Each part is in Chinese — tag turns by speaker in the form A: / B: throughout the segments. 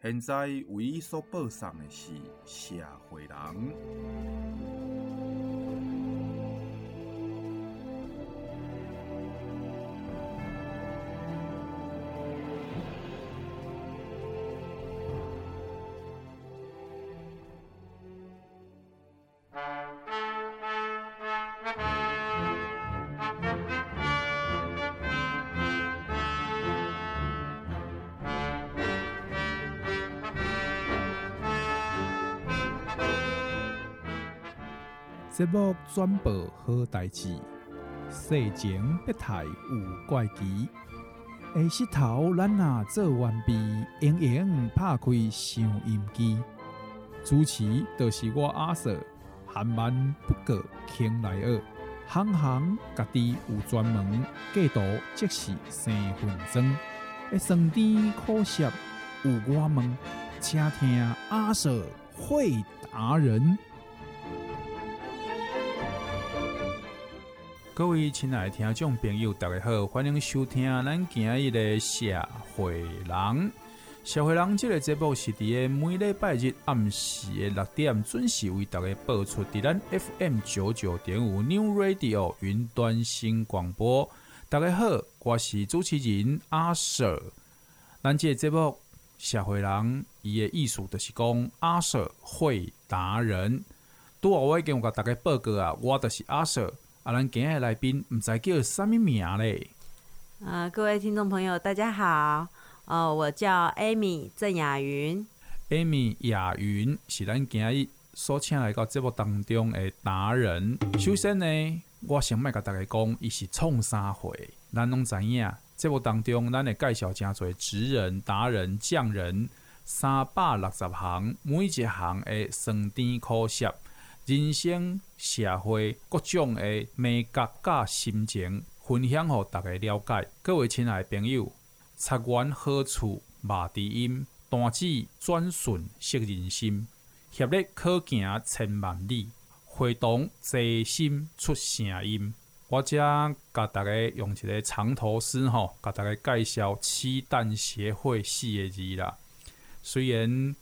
A: 现在为你所播送的是《社会人》。
B: 节目转播好代志，世情别太有怪奇。下石头咱若做完毕，盈盈拍开收音机。主持就是我阿 Sir，韩漫不过轻来学，行行家己有专门，过度即是生分钟。会酸甜苦涩有我问，请听阿 Sir 会达人。各位亲爱的听众朋友，大家好，欢迎收听咱今日的社会人。社会人这个节目是伫个每礼拜日暗时的六点准时为大家播出，伫咱 FM 九九点五 New Radio 云端新广播。大家好，我是主持人阿 Sir。咱这个节目社会人伊的意思就是讲阿 Sir 会达人。拄好我已经有甲大家报告啊，我就是阿 Sir。啊，咱今日来宾毋知叫啥物名咧？
C: 啊、各位听众朋友，大家好，哦，我叫 Amy 郑雅云，
B: Amy 雅云是咱今日所请来到节目当中的达人。首先呢，我先卖甲大家讲，伊是创啥货，咱拢知影。节目当中，咱会介绍真侪职人、达人、匠人，三百六十行，每一行的酸甜苦涩，人生、社会各种的美角甲心情，分享互大家了解。各位亲爱的朋友，察言好处，骂知音，单指转瞬识人心，协力可行千万里，会同齐心出声音。我遮甲大家用一个长头诗吼，甲大家介绍七蛋协会四个字啦。虽然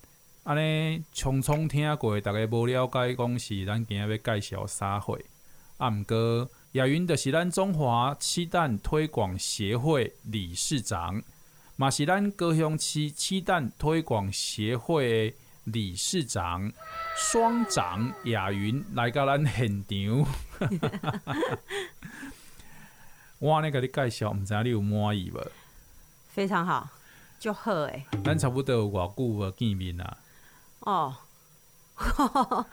B: 安尼匆匆听过，大家无了解讲是咱今日要介绍啥货，啊毋过亚云就是咱中华七蛋推广协会理事长。嘛是咱高雄市鸡蛋推广协会的理事长双长雅云来到咱现场。 我安尼甲你介绍，毋知影你有满意无？
C: 非常好，就好哎，
B: 咱差不多有偌久无见面啊，
C: 哦，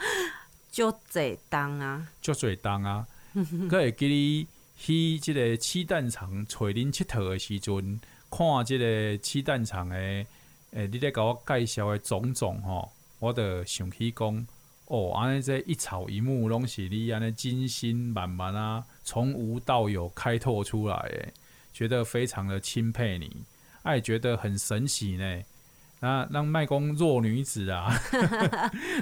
C: 就这当啊，
B: 足侪当啊，
C: 嗯
B: 佮会记你去即个鸡蛋厂找恁佚佗的时阵，看即个鸡蛋厂的，诶、你咧甲我介绍的种种吼，我就想起讲，哦，安尼这一草一木拢是你安尼精心慢慢啊，从无到有开拓出来的，觉得非常的钦佩你，啊，也觉得很神奇呢。那让卖公弱女子啊，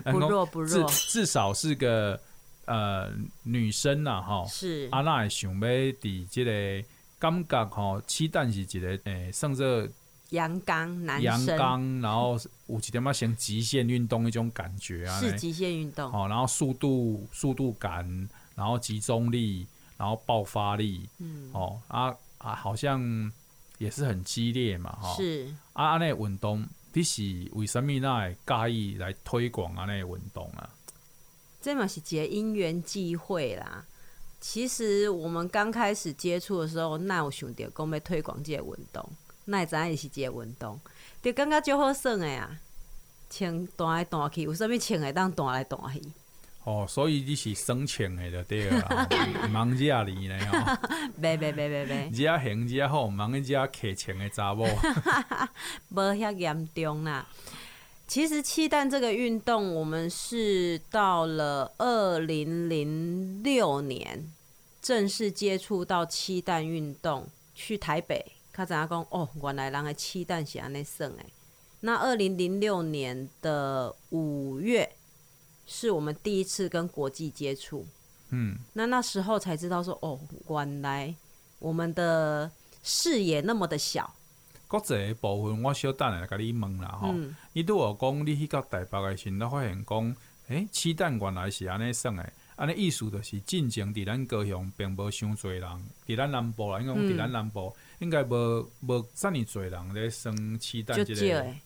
B: 咱
C: 不
B: 哎讲
C: 弱不
B: 至
C: 弱，
B: 至少是个呃女生啦吼，
C: 是
B: 啊，那会想要伫即个感觉吼，期待是一个诶、算做
C: 阳刚男
B: 阳
C: 生，
B: 刚，然后有一点仔像极限运动迄种感觉啊，
C: 是极限运动，
B: 吼、然后速度速度感，然后集中力，然后爆发力，
C: 嗯，
B: 哦啊啊，好像也是很激烈嘛，吼、
C: 是
B: 啊，安尼的运动，你是为什么那会介意来推广安尼的运动啊？
C: 这嘛是一个因缘际会啦。其实我们刚开始接触的时候，那有想着讲要推广这个运动，那会知影伊是这个运动，就感觉就好耍的啊。穿弹来弹去，有啥物穿会当弹来弹去，
B: 哦，所以你是省钱的就对了 啦，毋忙惹你呢哦，
C: 袂袂袂袂袂，
B: 惹行惹 好，毋忙惹客钱的查某，
C: 无遐严重啦。其实气弹这个运动，我们是到了二零零六年正式接触到气弹运动，去台北，较知影讲哦，原来人的气弹是安尼算诶。那二零零六年的五月，是我们第一次跟国际接触。
B: 嗯，
C: 那那时候才知道说，哦，原来我们的视野那么的小。
B: 国际的部分我小等下来甲你问啦吼。
C: 嗯，
B: 伊拄有讲你去到台北诶时阵，才发现讲，诶、气蛋原来是安尼算诶。安尼意思就是，进前伫咱高雄并无伤侪人，伫咱南部啦，应该讲伫咱南部、
C: 嗯
B: 应该无无遮尔侪人咧算气蛋
C: 就哎
B: 即、
C: 少
B: 个。
C: 诶，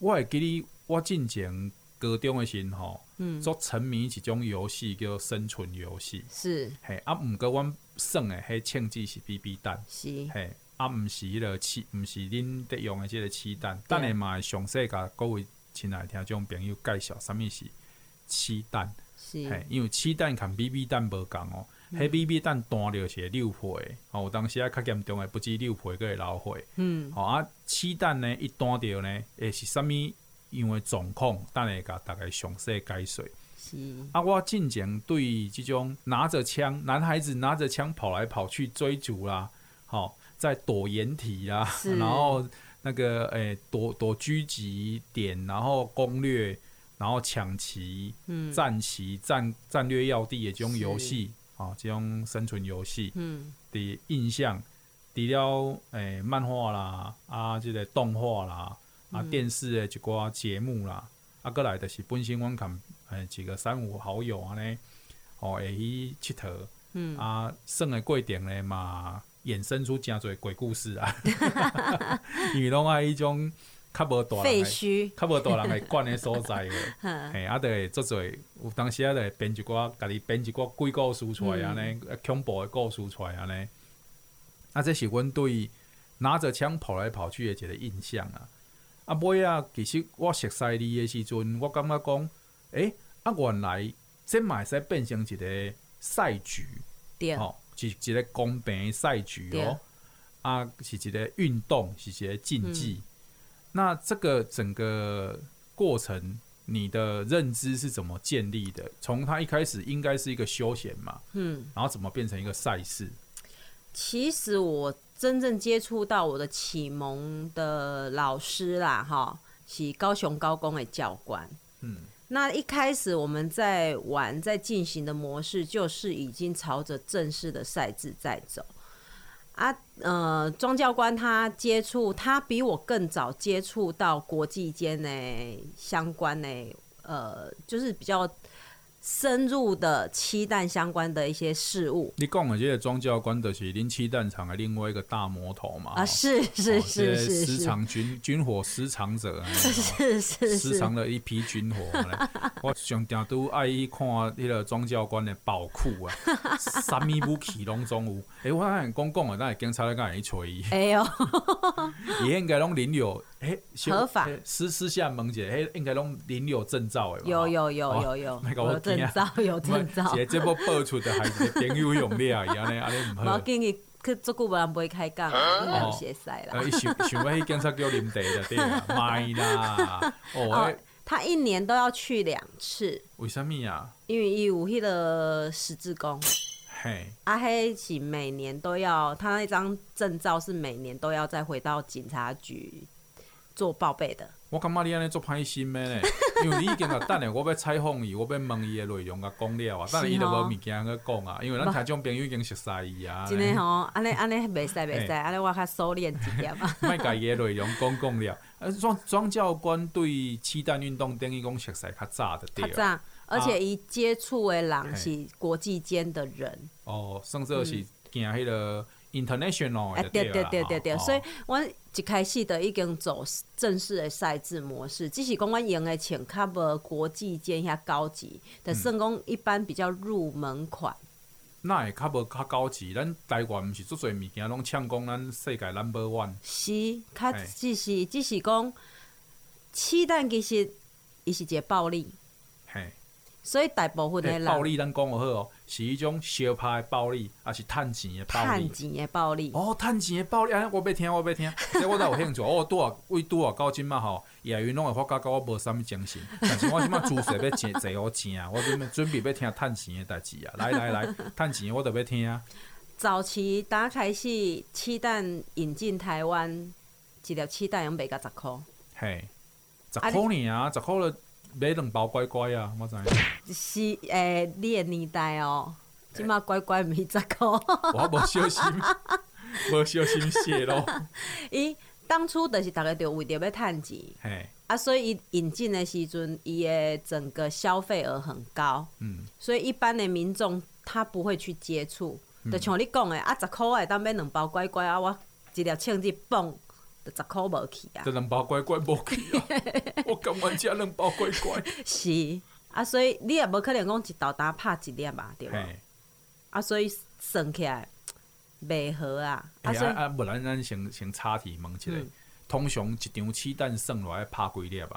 B: 我会记你，我进前高中诶时阵吼，
C: 嗯，
B: 做沉迷一种游戏叫生存游戏，
C: 是
B: 嘿，啊，毋过阮算诶，迄枪支是 BB 弹，
C: 是，
B: 嘿，啊，毋是迄个气，毋是恁伫用诶即个气弹，
C: 对
B: 等下嘛会详细甲各位亲爱的听众朋友介绍啥物是气弹，
C: 是
B: 嘿，因为气弹含 BB 弹无共哦，
C: 嗯
B: 迄 BB 弹弹着是会流血的，吼，有当时啊较严重诶，不止流血，佫会流血。
C: 嗯，
B: 吼、啊，气弹呢一弹着呢，会是啥物样的状况？等下甲大家详细解说。
C: 是
B: 啊，我进前对即种拿着枪，男孩子拿着枪跑来跑去追逐啦，吼、在躲掩体啦，
C: 是
B: 然后那个诶、躲躲狙击点，然后攻略，然后抢旗、
C: 嗯
B: 战旗、战战略要地的这种
C: 是
B: 游戏，啊，这种生存游戏，
C: 嗯
B: 的印象，除了诶、漫画啦，啊，即、个动画啦，
C: 嗯
B: 啊，电视诶一寡节目啦，啊，过来就是本身阮看诶几个三五好友安尼，哦，会去佚佗，
C: 嗯
B: 啊，耍诶过程咧嘛，衍生出诚侪鬼故事啊， 因为拢爱迄种较无大人
C: 废
B: 的
C: 墟，
B: 较无大人会管的所在个，嘿，啊，就会做做，有当时啊，就会编一寡，家己编一寡鬼故事出来安尼，呃恐怖的故事出来安尼。啊，这是阮对拿着枪跑来跑去的一个印象啊。啊，尾啊，其实我熟悉你的时阵，我感觉讲，诶、啊，原来这嘛会使变成一个赛局，
C: 对
B: 吼、哦是一个公平的赛局哦
C: 对，
B: 啊，是一个运动，是一个竞技。
C: 嗯
B: 那这个整个过程，你的认知是怎么建立的？从它一开始应该是一个休闲嘛，
C: 嗯。
B: 然后怎么变成一个赛事？
C: 其实我真正接触到我的启蒙的老师啦，哈，是高雄高工的教官。
B: 嗯，
C: 那一开始我们在玩在进行的模式，就是已经朝着正式的赛制在走。啊，呃，庄教官他接触，他比我更早接触到国际间的相关的，呃，就是比较深入的期待相关的一些事物。
B: 你讲的这个庄教官就是林七战场的另外一个大魔头嘛？
C: 啊，
B: 哦
C: 是
B: 哦
C: 是是
B: 这
C: 是
B: 些
C: 是
B: 时常军军火时常者啊，
C: 是是
B: 时
C: 是
B: 常了一批军火呢。 我上定都爱去看迄个庄教官的宝库啊，啥物武器拢总有。诶、我那讲讲啊，咱的警察来敢会去找伊，
C: 哎 呦，
B: 伊应该拢领有诶、小
C: 合法
B: 诶私私下问者，迄应该拢领有证照的嘛。
C: 有有
B: 哦
C: 有有 有，
B: 别给 我
C: 有证
B: 惊
C: 照有
B: 不然
C: 证照
B: 一，个节目播出的还是朋友用的啊，伊安尼安尼毋
C: 无要
B: 好。
C: 紧，伊去做久无人袂开讲，应该有写晒啦
B: 呃，。伊想想要去警察局啉茶就对啦， 卖啦。哦，
C: 哦
B: 诶，
C: 他一年都要去两次，
B: 为什物啊？
C: 因为伊有迄个十字弓，
B: 嘿，
C: 啊，黑是每年都要，他那张证照是每年都要再回到警察局做报备的。
B: 我感觉你安尼足歹心的呢， 因为你已经甲等下我要采访伊，我要问伊的内容甲讲了
C: 哦
B: 啊，等下伊就无物件去讲啊，因为咱听众朋友已经熟悉伊啊，
C: 真的哦吼，安尼安尼袂使袂使，
B: 哎
C: 安尼我较收敛一点啊嘛。
B: 莫甲伊的内容讲讲了。啊，庄庄教官对气弹运动等于讲熟悉较早的对哦啊
C: 较
B: 了，
C: 早，而且伊接触的人是国际间的人，
B: 哦，甚至是行迄个 international 的就
C: 对
B: 对
C: 嗯啊哎对
B: 啦
C: 对对对，
B: 哦
C: 所以阮一开始就已经走正式的赛制模式，只是讲阮用的钱较无国际间遐高级，但算讲一般比较入门款，
B: 那会较无较高级，咱台湾毋是足侪物件拢抢讲咱世界 number one，
C: 是较
B: 哎
C: 只是只是讲，气弹其实伊是一个暴力，
B: 嘿，
C: 所以大部分的
B: 诶
C: 人
B: 暴力咱讲就好哦，是迄种相拍的暴力，还是趁钱的暴
C: 趁
B: 力？
C: 钱的暴力，
B: 哦，趁钱的暴力，安尼我要听，我要听，这我倒有兴趣。哦，拄啊，为拄啊到即嘛吼，亚云拢会发觉到我无啥物精神，但是我即马姿势要坐坐好正啊，我准备准备要听趁钱的代志啊，来来来，趁钱的我就要听啊。
C: 早期打开始气蛋引进台湾，一粒气蛋用卖到十箍，
B: 嘿，十
C: 啊
B: 箍呢啊，十箍就买两包乖乖啊，我知。
C: 是诶、你的年代哦、即马乖乖毋是十箍。
B: 我无小心，无小心泄露。
C: 伊当初就是逐个着为着要趁钱，
B: 嘿，
C: 啊，所以伊引进的时阵，伊的整个消费额很高，
B: 嗯，
C: 所以一般的民众他不会去接触。就像你讲的，啊，十箍我会当买两包乖乖啊，我一粒枪子蹦，就十箍无去啊
B: 这。两包乖乖无去啊！我甘愿食两包乖乖。
C: 是啊，所以你也无可能讲一道单拍一粒嘛，对无？
B: 嘿，
C: 啊，所以算起来袂合啊。啊，
B: 嘿
C: 所以
B: 啊啊，不然咱先先插题问一下，
C: 嗯
B: 通常一场气蛋算落来拍几粒啊？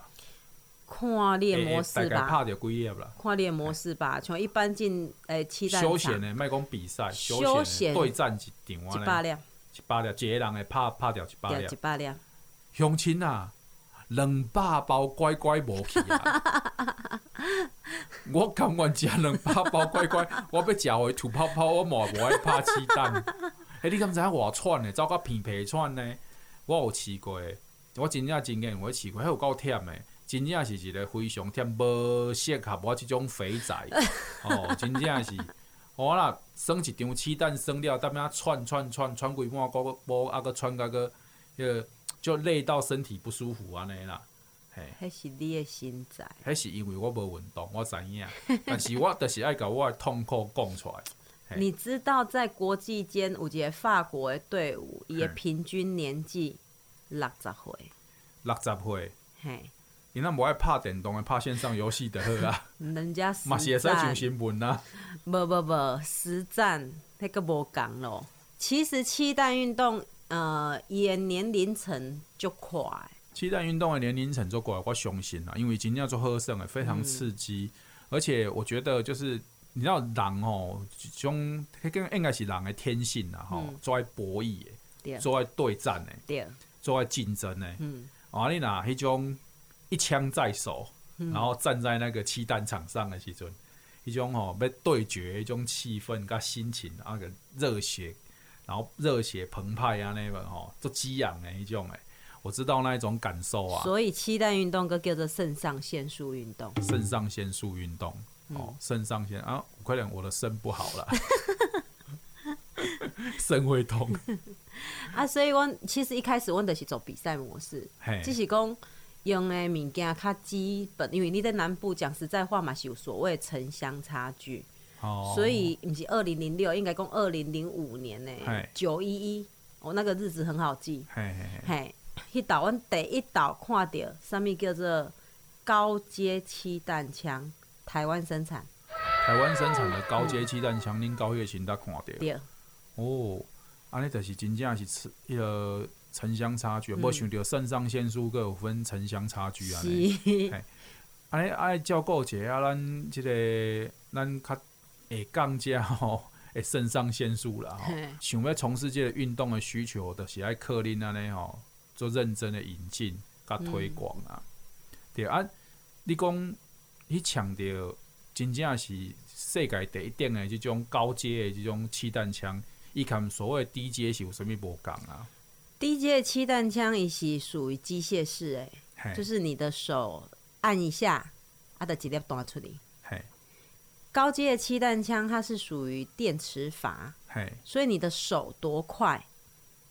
C: 看你的
B: 欸
C: 模
B: 欸大
C: 式
B: 概
C: 吧，
B: 拍着几粒啦？
C: 看你的模式吧。像一般进诶七蛋
B: 休闲
C: 场
B: 的，莫讲比赛，
C: 休
B: 休闲
C: 闲
B: 的对战一场
C: 一
B: 啊
C: 百
B: 呢，
C: 粒，
B: 一百粒，一个人会拍拍掉一百粒
C: 对，一。百粒。
B: 乡亲啊，两百包乖乖无去啊！我甘愿食两百包乖乖，我要食回吐泡泡，我嘛无爱拍鸡蛋。哎、你敢知影我喘呢？走到鼻皮喘呢？我有试过的，我真正真瘾，我试过，迄有够忝的，真正是一个非常忝，无适合我即种肥仔哦，真正是。我啦，生一张鸡蛋生了，当边窜窜窜窜规半个波，啊个窜个个，呃，就累到身体不舒服安尼啦。嘿，
C: 迄是你的身材，
B: 迄是因为我无运动，我知 影，但是我就是爱甲我的痛苦讲出来。嘿
C: 你知道在国际间有一个法国的队伍，伊的
B: 嘿
C: 平均年纪六十岁，
B: 六十岁，
C: 嘿，
B: 因咱无爱拍电动的，拍线上游戏就 好啊，
C: 人家实
B: 嘛是会使
C: 战
B: 上新闻啊。
C: 无无无，实战那个无共咯。其实气弹运动，呃，伊的年龄层就快，
B: 期待运动的年龄层做过来，我相信啦，啊因为真正做好胜的非常刺激，
C: 嗯
B: 而且我觉得就是你知道人哦，这种迄个应该是人的天性啦吼，
C: 嗯
B: 做爱博弈的，
C: 对
B: 做爱对战的，
C: 对，
B: 做爱竞争的。
C: 嗯，
B: 啊，你若迄种一枪在手，
C: 嗯
B: 然后站在那个气弹场上的时阵，迄种吼要对决，迄种气氛甲心情啊个热血，然后热血澎湃啊那个吼，都激昂的迄种诶，我知道那一种感受啊。
C: 所以气弹运动个叫做肾上腺素运动。
B: 肾上腺素运动，
C: 嗯
B: 哦，肾上腺啊，快点，我的肾不好 了，肾会痛，嗯
C: 啊，所以我其实一开始我就是走比赛模式，
B: 嘿，
C: 只是讲用的物件较基本，因为你在南部讲实在话嘛是有所谓城乡差距，
B: 哦
C: 所以毋是二零零六，应该讲二零零五年呢
B: 嘿，
C: 九一一，哦，那个日子很好记，
B: 嘿嘿嘿，
C: 嘿，迄道阮第一道看到，啥物叫做高阶气弹枪，台湾生产，
B: 台湾生产的高阶气弹枪，恁高月琴才看到，
C: 对，
B: 哦，安尼就是真正是吃迄个城乡差距，无想到肾上腺素各有分城乡差距啊安尼。
C: 嗯是，
B: 安尼爱照顾一下咱即、个咱较会降价吼，会肾上腺素啦吼
C: 嘿。
B: 想要从事即个运动的需求，就是爱克林安尼吼，做认真的引进甲推广啊。
C: 嗯
B: 对啊，你讲你强调真正是世界第一等的即种高阶的即种气弹枪，伊含所谓低阶是有啥物无共啊？
C: 低阶气弹枪伊是属于机械式诶，
B: 嘿，
C: 就是你的手按一下，啊，就直接弹出去。
B: 嘿
C: 高阶的气弹枪它是属于电磁阀，
B: 嘿
C: 所以你的手多快，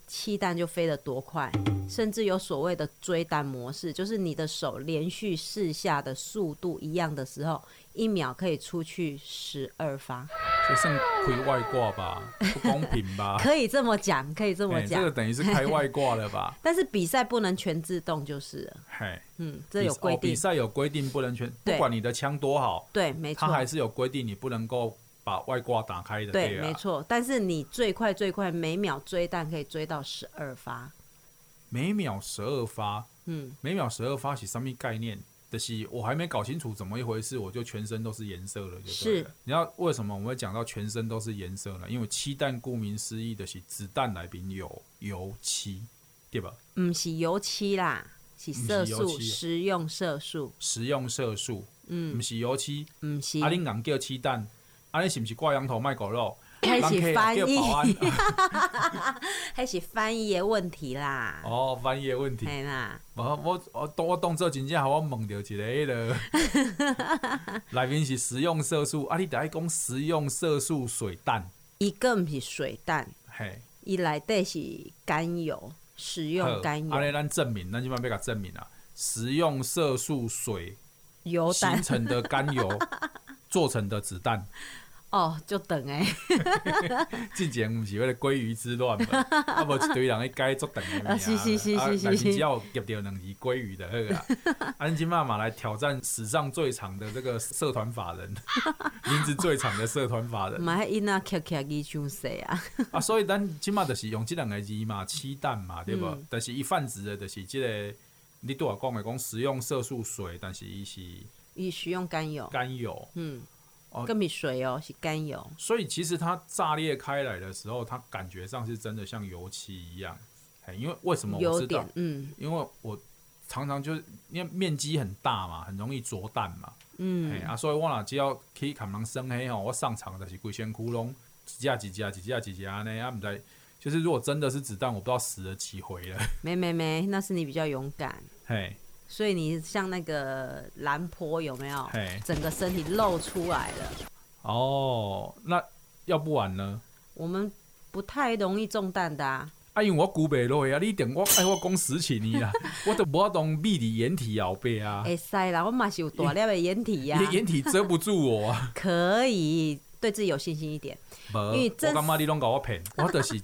C: 气弹就飞得多快，甚至有所谓的追弹模式，就是你的手连续四下的速度一样的时候，一秒可以出去十二发，
B: 这算开外挂吧？ 不公平吧？
C: 可以这么讲，可以这么
B: 哎，
C: 讲。
B: 这个等于是开外挂了 吧？
C: 但是比赛不能全自动，就是了
B: 嘿，
C: 嗯，这有
B: 比
C: 规
B: 哦比
C: 定，
B: 赛有规定不能全，不
C: 对
B: 管你的枪多好，
C: 对，没
B: 它还
C: 错，
B: 是有规定你不能够把外挂打开的。
C: 对，
B: 啊
C: 没，错。但是你最快最快每秒追弹可以追到十二发，
B: 每秒十二发，
C: 嗯，
B: 每秒十二发是什么概念？就是我还没搞清楚怎么一回事，我就全身都是颜色了，就对
C: 是
B: 了。你知道为什么我们会讲到全身都是颜色呢？因为漆弹顾名思义的是子弹来宾有油漆，对吧？
C: 毋是油漆啦，是色
B: 不是油
C: 素，
B: 漆
C: 食用色素，
B: 食用色素，嗯，不是油漆，
C: 毋是，
B: 啊，恁硬叫鸡蛋，啊，恁是不是挂羊头卖狗肉？
C: 开
B: 人客
C: 始
B: 也
C: 翻
B: 叫
C: 译，
B: 保安
C: 开始翻译的问题啦，
B: 哦，翻译的问题。
C: 嘿啦，
B: 我我我动我动作真正，我问到一个迄 个，内面是食用色素，啊，你得爱讲食用色素水蛋，
C: 伊个毋是水蛋，
B: 嘿，
C: 伊内底是甘油，食
B: 好
C: 用甘
B: 安尼
C: 油，
B: 咱证明，咱即摆要甲证明啊，食用色素水
C: 油
B: 形
C: 蛋，
B: 成的甘 油做成的子弹，
C: 哦，就等诶，
B: 之前毋是迄个鲑鱼之乱嘛，啊无一堆人去改作等的
C: 啊是是是
B: 啊
C: 是
B: 内面
C: 是
B: 只要夹到两只鲑鱼的迄个啊，安吉妈妈来挑战史上最长的这个社团法 人，名字最长的社团法人。
C: 嘛，迄囡仔捡起来伊伤势啊，
B: 啊，所以咱即马就是用即两个字嘛，鸡蛋嘛，对无？
C: 嗯
B: 但是伊泛指的就是即、个，你拄仔讲的讲食用色素水，但是伊是
C: 伊食用甘 油，
B: 甘油，
C: 嗯
B: 哦，
C: 更毋是水哦，是甘油，
B: 所以其实它炸裂开来的时候，它感觉上是真的像油漆一样。嘿，因为为什么我
C: 有
B: 知道
C: 点？，嗯
B: 因为我常常就是因为面积很大嘛，很容易着弹嘛。嘿
C: 嗯，
B: 啊，所以我若只要去砍人生黑吼，我上场就是规身窟窿，几架几架几架几架呢？啊，毋知就是如果真的是子弹，我不知道死了几回了。
C: 没没没，那是你比较勇敢。
B: 嘿，
C: 所以你像那个蓝坡有没有
B: 嘿？
C: 整个身体露出来了。
B: 哦，那要不然呢？
C: 我们不太容易中弹的啊，
B: 啊，因为我估袂落去啊，你等我哎，我讲实情你啦，我都无法当秘伫掩体后背啊，
C: 会塞啦，我嘛是有大粒的掩体啊
B: 你
C: 呀、
B: 的掩体遮不住我啊。
C: 可以对自己有信心一点。
B: 无，
C: 因
B: 我
C: 为这
B: 感觉你拢甲我骗， 我就是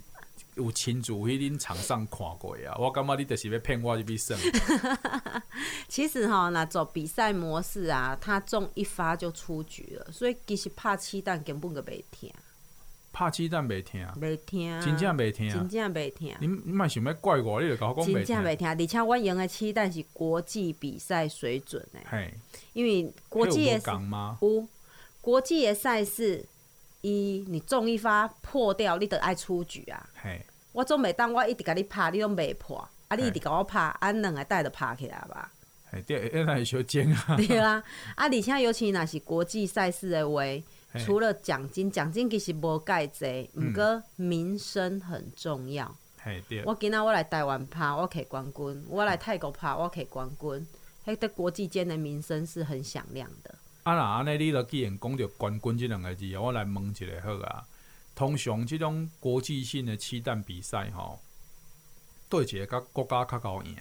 B: 有亲自去恁场上看过啊，我感觉你就是要骗我入去耍。
C: 其实哈、那走比赛模式啊，他中一发就出局了，所以其实怕气弹根本就袂听，
B: 拍鸡蛋袂听，
C: 袂听、
B: 真正袂听。
C: 啊真正袂听。
B: 你你莫想要怪啊我，你就甲我讲
C: 真
B: 袂
C: 正
B: 听。
C: 袂听，而且我用的气弹是国际比赛水准诶，
B: 嘿，
C: 因为国际
B: 哎迄有
C: 的
B: 无共吗？
C: 有国际的赛事，伊你中一发破掉，你得爱出局啊！
B: 嘿，
C: 我总袂当我一直甲你拍，你拢袂破，啊你一直
B: 哎
C: 甲我拍，啊两个带着拍起来吧，
B: 嘿，对，那会小精 啊。
C: 对啊，啊而且尤其若是国际赛事的话，
B: 嘿
C: 除了奖金，奖金其实无介济，毋过名声很重要。
B: 嘿，嗯对，
C: 我今仔我来台湾拍，我摕冠军；我来泰国拍，我摕冠军。迄个国际间的名声是很响亮的。
B: 啊若安尼你都既然讲着冠军即两个字，啊我来问一个好啊。通常即种国际性的气弹比赛吼，对一个甲国家较高赢，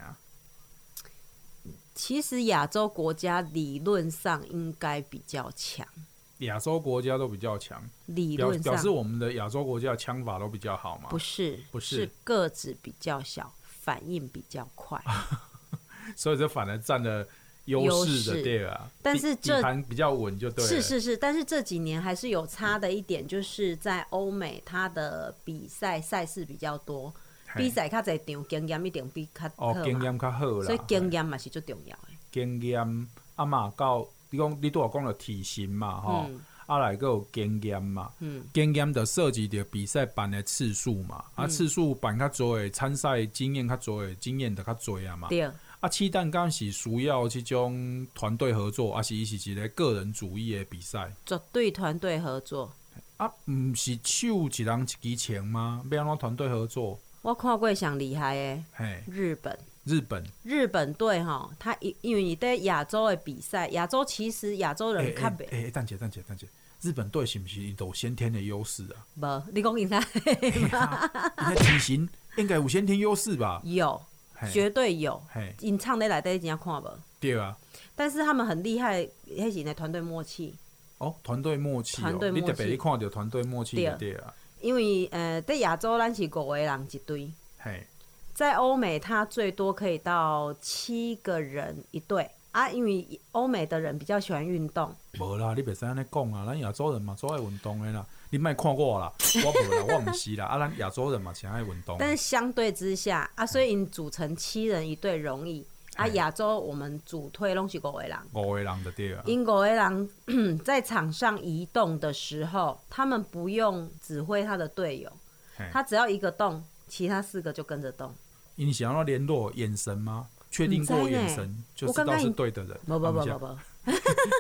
C: 其实亚洲国家理论上应该比较强，
B: 亚洲国家都比较强。
C: 理
B: 表
C: 论
B: 表
C: 上
B: 示我们的亚洲国家的枪法都比较好嘛？
C: 不是
B: 不是
C: 个子比较小，反应比较快。
B: 所以这反而占了优势
C: 优
B: 的
C: 势
B: 对啊。
C: 但
B: 底
C: 是
B: 底
C: 这
B: 盘比较稳就对了。
C: 是是是，但是这几年还是有差的一点，就是在欧美，它的比赛赛事比较多，
B: 嘿
C: 比赛较侪场，经验一定比较好
B: 哦
C: 嘛，
B: 经验较好啦，
C: 所以经验嘛是最重要的。
B: 经验啊嘛到你讲你拄我讲了体型嘛吼，
C: 嗯
B: 啊来个有经验嘛，
C: 嗯
B: 经验就涉及着比赛办的次数嘛，啊次数办较多的参赛经验较多的经验就较多啊嘛。
C: 对，
B: 啊，气弹敢是需要即种团队合作，啊是伊是一个个人主义的比赛。
C: 绝对团队合作。
B: 啊，毋是手一人一支枪吗？要安怎团队合作？
C: 我看过上厉害的
B: 嘿，
C: 日本。
B: 日本
C: 日本队哈，他因因为你在亚洲的比赛，亚洲其实亚洲人较
B: 诶
C: 袂
B: 诶，蛋姐蛋姐蛋姐，日本队是毋是有先天的优势啊？
C: 无，你讲应该
B: 嘿啊你看体型 应该有先天优势吧？
C: 有，
B: 嘿
C: 绝对有。
B: 嘿，
C: 因唱的来底真正看无，
B: 对啊，
C: 但是他们很厉害，迄是因的团队默契。
B: 哦，团队默契
C: 团队
B: 哦，
C: 默
B: 你
C: 契
B: 特别你看到团队默契就
C: 对
B: 对啊，
C: 因为呃，在亚洲咱是五个人一队，
B: 嘿，
C: 在欧美它最多可以到七个人一队啊。因为欧美的人比较喜欢运动，
B: 无啦，你袂使安尼讲啊，咱亚洲人嘛做爱运动的啦，你莫看我啦，我无啦，我毋是啦，啊，咱 亚洲人嘛是爱运动的，
C: 但是相对之下啊，所以因组成七人一队容易。啊，亚洲我们主推拢是五个人。
B: 五个人就对啊，
C: 英国的人 在场上移动的时候，他们不用指挥他的队友，
B: 嘿
C: 他只要一个动，其他四个就跟着动。
B: 你想要联络眼神吗？确定
C: 欸
B: 过眼神就知道是对的人。
C: 不不不
B: 他
C: 不
B: 们
C: 不，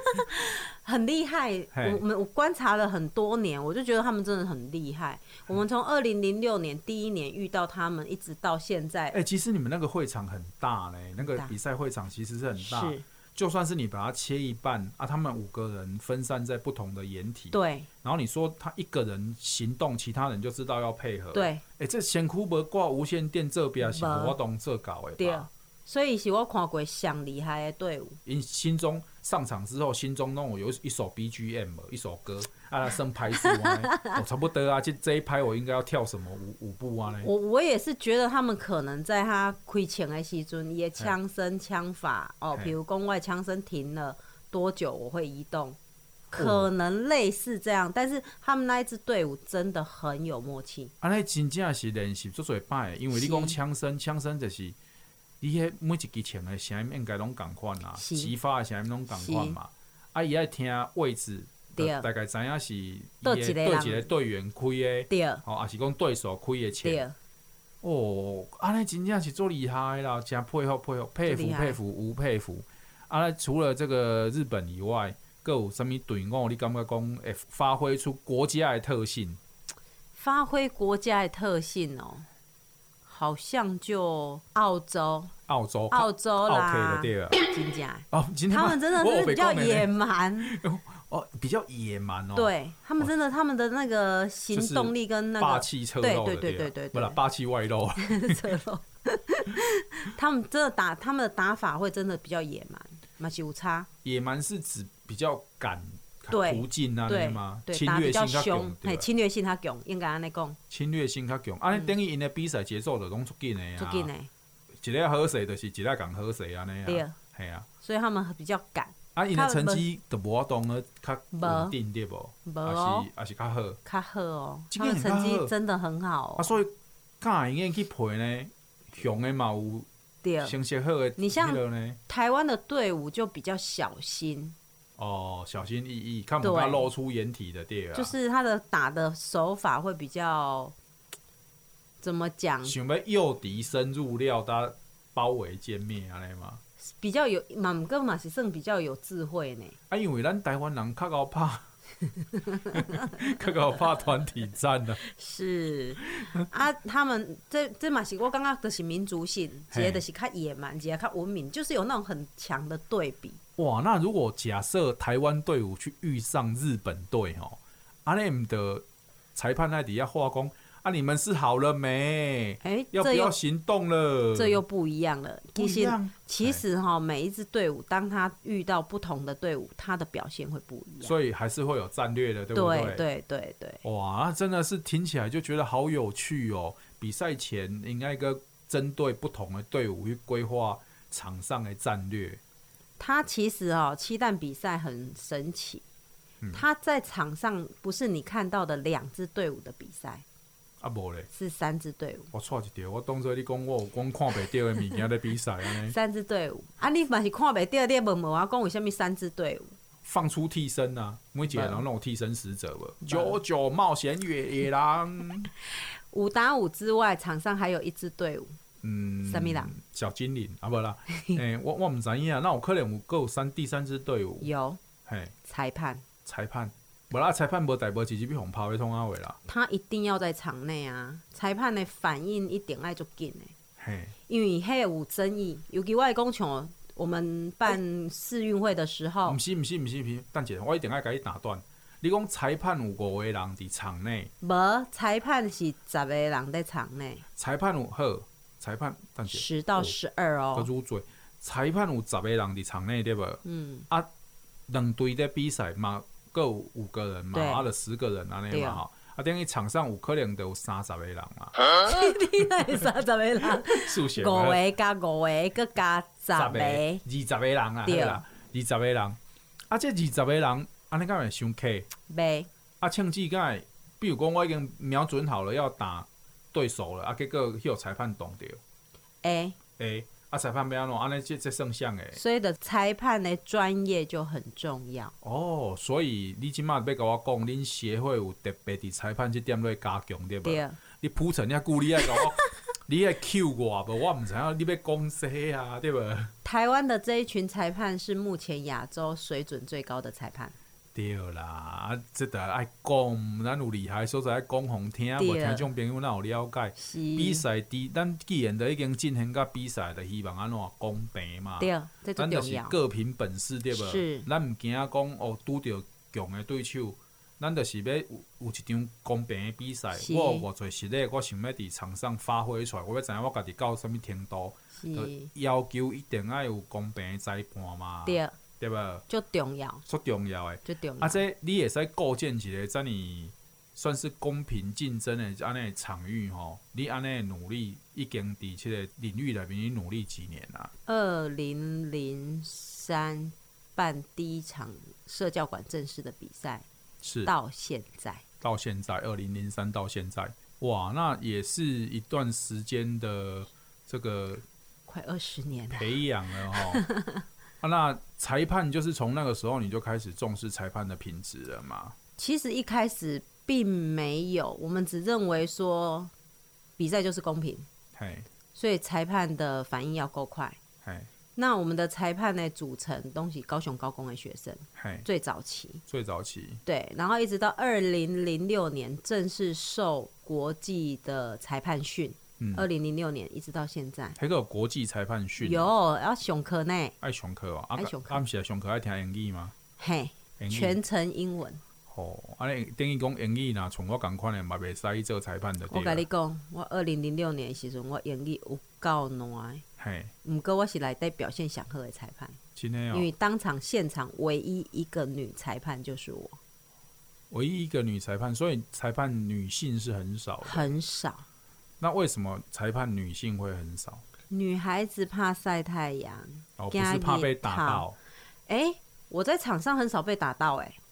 C: 很厉害。
B: 嘿
C: 我我们我观察了很多年，我就觉得他们真的很厉害。我们从二零零六年第一年遇到他们，一直到现在
B: 哎、，其实你们那个会场很大嘞，那个
C: 大
B: 比赛会场其实是很大，
C: 是
B: 就算是你把它切一半啊，他们五个人分散在不同的掩体，
C: 对
B: 然后你说他一个人行动，其他人就知道要配合。，
C: 对
B: 哎、这前库伯挂无线电这边啊是
C: 没
B: 活动这搞哎
C: 对
B: 吧，，
C: 所以是我看过上厉害的队伍。
B: 因心中上场之后，心中弄有一首 BGM 一首歌，啊，生拍子啊， 我、哦、差不多啊，这这一拍我应该要跳什么舞舞步啊嘞？
C: 我我也是觉得他们可能在他开枪的时阵，伊的枪声枪法哦，
B: 嘿
C: 比如讲我的枪声停了多久，我会移动，
B: 哦
C: 可能类似这样。但是他们那一支队伍真的很有默契，
B: 安尼啊真正是练习做做摆，因为你
C: 是
B: 讲枪声，枪声就是你迄每一支枪的声音应该拢共款啦，
C: 是
B: 击发的声音拢共款嘛。啊，伊爱听位置，
C: 对
B: 就大概知影是伊
C: 倒
B: 的
C: 一个人
B: 对一个队员开的，
C: 对
B: 吼、哦，也是讲对手开的枪。
C: 对，
B: 哦，安尼真正是做厉害啦，真佩服佩服佩
C: 很厉
B: 服
C: 害
B: 佩服无佩服。啊，那除了这个日本以外，还有啥物队伍？你感觉讲会发挥出国家的特性？
C: 发挥国家的特性哦，好像就澳洲、
B: 澳洲，
C: 澳洲
B: 澳 K
C: 啦
B: 哦的，对啊。
C: 真假？
B: 哦，今天
C: 他们真的
B: 我有
C: 是比
B: 被
C: 较
B: 讲的呢
C: 野蛮，
B: 哦，比较野蛮哦，，
C: 对他们真的他们的那个行
B: 就是
C: 动力跟那
B: 霸
C: 个
B: 气侧漏的，
C: 对对
B: 啊
C: 对对对对
B: 不啦，霸气外露，
C: 侧漏。他们真的打，他们的打法会真的比较野蛮，嘛是有差，
B: 野蛮是指比较敢
C: 对
B: 途径啊，
C: 对
B: 那吗？
C: 对，
B: 侵
C: 打
B: 略
C: 比
B: 性
C: 较
B: 较
C: 凶
B: 强，，对
C: 嘿，
B: 吧
C: 侵嗯略性较强，应该安尼讲，
B: 侵略性较强，啊，尼等于因的比赛节奏就拢出紧的啊，
C: 最近诶，
B: 一个好势就是一个共好势安尼啊，
C: 对，
B: 系啊，
C: 所以他们比较敢，
B: 啊，因
C: 较
B: 的成绩就无法当了，较
C: 无
B: 稳定对无，
C: 无
B: 还
C: 哦
B: 是，还是较好，
C: 较好哦，
B: 这
C: 他
B: 个很
C: 们成
B: 较好
C: 绩真的很
B: 啊，
C: 好哦，
B: 所以敢会用去陪呢，强的嘛有
C: 对，
B: 成绩好的，
C: 你像
B: 呢。
C: 台湾的队伍就比较小心，
B: 哦，小心翼翼，看不到
C: 对
B: 露出掩体的对啊，
C: 就是他的打的手法会比较，怎么讲，
B: 想要诱敌深入料，搭包围歼灭安尼嘛。
C: 比较有，嘛毋过嘛是算比较有智慧呢，
B: 啊，因为咱台湾人较够 怕， 较够怕团体战啊。
C: 是啊，他们这这嘛是我感觉就是民族性，一
B: 嘿
C: 个就是较野蛮，一个较文明，就是有那种很强的对比。
B: 哇，那如果假设台湾队伍去遇上日本队吼，安尼毋得裁判在底下话讲啊，你们是好了没？
C: 哎、
B: 要不
C: 这
B: 要
C: 又
B: 行动了？
C: 这又不一样了。
B: 不
C: 其
B: 一
C: 实
B: 样，
C: 其实哈，每一支队伍，当他遇到不同的队伍，他的表现会不一样。
B: 所以还是会有战略的，对不
C: 对对对对，
B: 哇，那真的是听起来就觉得好有趣哦！比赛前应该跟针对不同的队伍去规划场上的战略。
C: 他其实哦，七蛋比赛很神奇。他在场上不是你看到的两支队伍的比赛，
B: 啊，无咧，
C: 是三支队伍。
B: 我错一条，我当作你讲我有讲看袂到的物件在比赛安尼，
C: 三支队伍啊，你嘛是看袂到，你也问问我讲为什么三支队伍？
B: 放出替身啊，每一个人拢有替身使者无？九九冒险野野狼，
C: 五打五之外，场上还有一支队伍，
B: 嗯，
C: 什么人？
B: 小精灵啊，无 啦，诶、我我毋知影，那有可能有够三第三支队伍，
C: 有
B: 嘿，
C: 裁判，
B: 裁判，无啦，裁判无代无直接被红炮的通啊话啦，
C: 他一定要在场内啊。裁判的反应一点爱就紧的，
B: 嘿。
C: 因为迄有争议，尤其外公像哦我们办世运会的时候
B: 毋，是毋是毋是毋是，等一下，我一定爱甲你打断。你讲裁判有五个人伫场内，
C: 无、裁判是十个人在场内，
B: 裁判有好，裁判等一下，
C: 十到十二
B: 个
C: 哦。
B: 入罪，裁判有十个人伫场内对无？
C: 嗯，
B: 两队在比赛嘛，各有五个人嘛，
C: 对
B: 啊，就十个人安尼
C: 对
B: 嘛
C: 啊
B: 吼。啊，等于场上有可能就有三十个人 嘛，
C: 你 那是三十 个人，
B: 数学
C: 五个加五个，搁加十
B: 十
C: 个，
B: 二十个人啊，
C: 对
B: 对啦，二十个人。啊，这二十个人，安尼敢会伤客？
C: 袂
B: 啊，庆记会比如讲我已经瞄准好了要打对手了，啊，结果迄有裁判挡着。
C: 会
B: 诶、啊，裁判要安怎安尼这这算像诶。
C: 哎所以的裁判的专业就很重要。
B: 哦，所以你即马要甲我讲，恁协会有特别伫裁判即点落加强对
C: 对
B: 吧？，你铺陈遐久，你爱甲我， 你爱 Q 我无？我毋知影你要讲啥啊，对无？
C: 台湾的这一群裁判是目前亚洲水准最高的裁判。
B: 对啦，啊，这得爱讲，咱有厉害的所在爱讲互听，无
C: 对
B: 听众朋友哪有了解？
C: 是
B: 比赛伫咱既然都已经进行到比赛，就希望安怎公平嘛？
C: 对，这
B: 咱
C: 最
B: 就
C: 重
B: 是
C: 要。
B: 各凭本事，对无？
C: 是
B: 咱毋惊讲哦，拄着强的对手，咱就是要有有一场公平的比赛。
C: 是，
B: 我有偌侪实力，我想要伫场上发挥出来，我要知影我家己到什物程度，就是要求一定要有公平的裁判嘛，
C: 对，
B: 对无？
C: 就重要，
B: 足重要的。
C: 就重要。
B: 啊，这你会使构建一个遮尼算是公平竞争的安尼的场域吼，你安尼的努力已经伫即个领域内面你努力几年啦？
C: 二零零三办第一场社教馆正式的比赛，
B: 是
C: 到现在
B: 到现在二零零三到现在，哇，那也是一段时间的这个
C: 快二十年了。
B: 培养了吼。 啊，那裁判就是从那个时候你就开始重视裁判的品质了嘛？
C: 其实一开始并没有，我们只认为说比赛就是公平，
B: 嘿，
C: 所以裁判的反应要够快。
B: 嘿，
C: 那我们的裁判呢，组成东西高雄高工的学生，
B: 嘿，
C: 最早期
B: 最早期
C: 对，然后一直到二零零六年正式受国际的裁判训
B: 嗯，
C: 二零零六年一直到现在，
B: 还有国际裁判训，啊
C: 有要上课呢，
B: 爱上课哦，啊，
C: 爱上课
B: 啊，毋是爱上课爱听英语吗？
C: 嘿，
B: 英语
C: 全程英文。
B: 吼，安尼等于讲英语若像我共款的嘛袂使去做裁判的
C: 我甲
B: 对
C: 你
B: 了。
C: 讲，我二零零六年的时阵，我英语有够烂的，
B: 嘿，
C: 毋过我是内底表现上好的裁判，
B: 真的
C: 因为
B: 哦，
C: 当场现场唯一一个女裁判就是我，
B: 唯一一个女裁判，所以裁判女性是很少的。
C: 很少。
B: 那为什么裁判女性会很少？
C: 女孩子怕晒太阳，
B: 哦，不是怕被打到，
C: 诶，我在场上很少被打到、诶，
B: 哦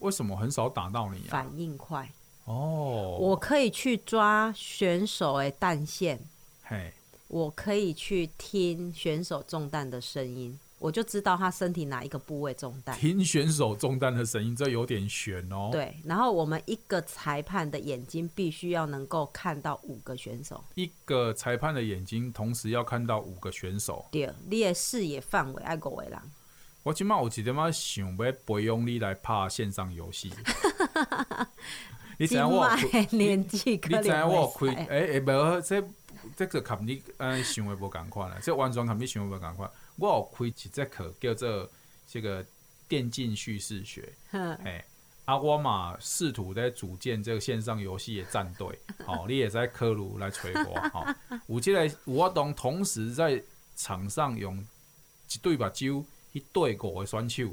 B: 为什么很少打到你啊？
C: 反应快，
B: 哦，
C: 我可以去抓选手诶弹线，
B: 嘿，
C: 我可以去听选手中弹的声音，我就知道他身体哪一个部位中弹。
B: 听选手中弹的声音，这有点悬哦。，
C: 对，然后我们一个裁判的眼睛必须要能够看到五个选手，
B: 一个裁判的眼睛同时要看到五个选手。
C: 对，你的视野范围爱五个人，
B: 我即满有一点仔想要培养你来拍线上游 戏。你知
C: 今
B: 影我有
C: 麦
B: 开
C: 的年纪
B: 你
C: 可
B: 知影
C: 能
B: 我有
C: 会
B: 开诶诶，无、这这个含你安尼想的无共款啦，这完全含你想的无共款。我有开一节课叫做这个电竞叙事学，
C: 哼
B: 诶、啊，我嘛试图在组建这个线上游戏的战队，好、你也在科鲁来吹我，好、有这个我当同时在场上用一对目睭去对五个选手，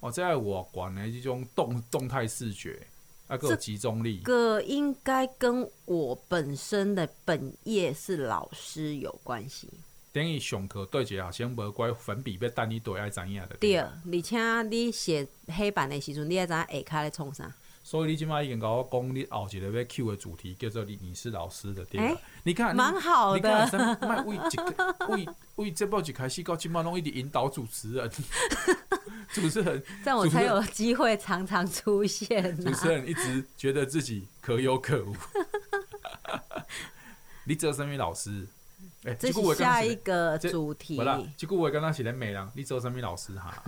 B: 哦，这个我管的这种动动态视觉，啊，还有
C: 这
B: 集中力，
C: 个应该跟我本身的本业是老师有关系。
B: 等于上课对一个学生无乖，粉笔要等你对爱啊知影的。
C: 对，而且你写黑板的时阵，你也知影下骹咧创啥？
B: 所以你即摆已经甲我讲，你后一个要 Q 的主题叫做你你是老师的对吧
C: 哎
B: 你看，
C: 蛮好
B: 你看，
C: 的，
B: 咱卖为一个 为为这部一开始到即摆拢一直引导主持人， 主持 人
C: 这样我才有机会常常出现啊
B: 主
C: 呐、
B: 持人一直觉得自己可有可无。 你做什么老师？哎、这
C: 这
B: 句
C: 是
B: 话刚
C: 下
B: 刚
C: 一
B: 是
C: 个
B: 这
C: 主题
B: 不。啦，这句话刚刚是咧骂人，你做什么老师哈？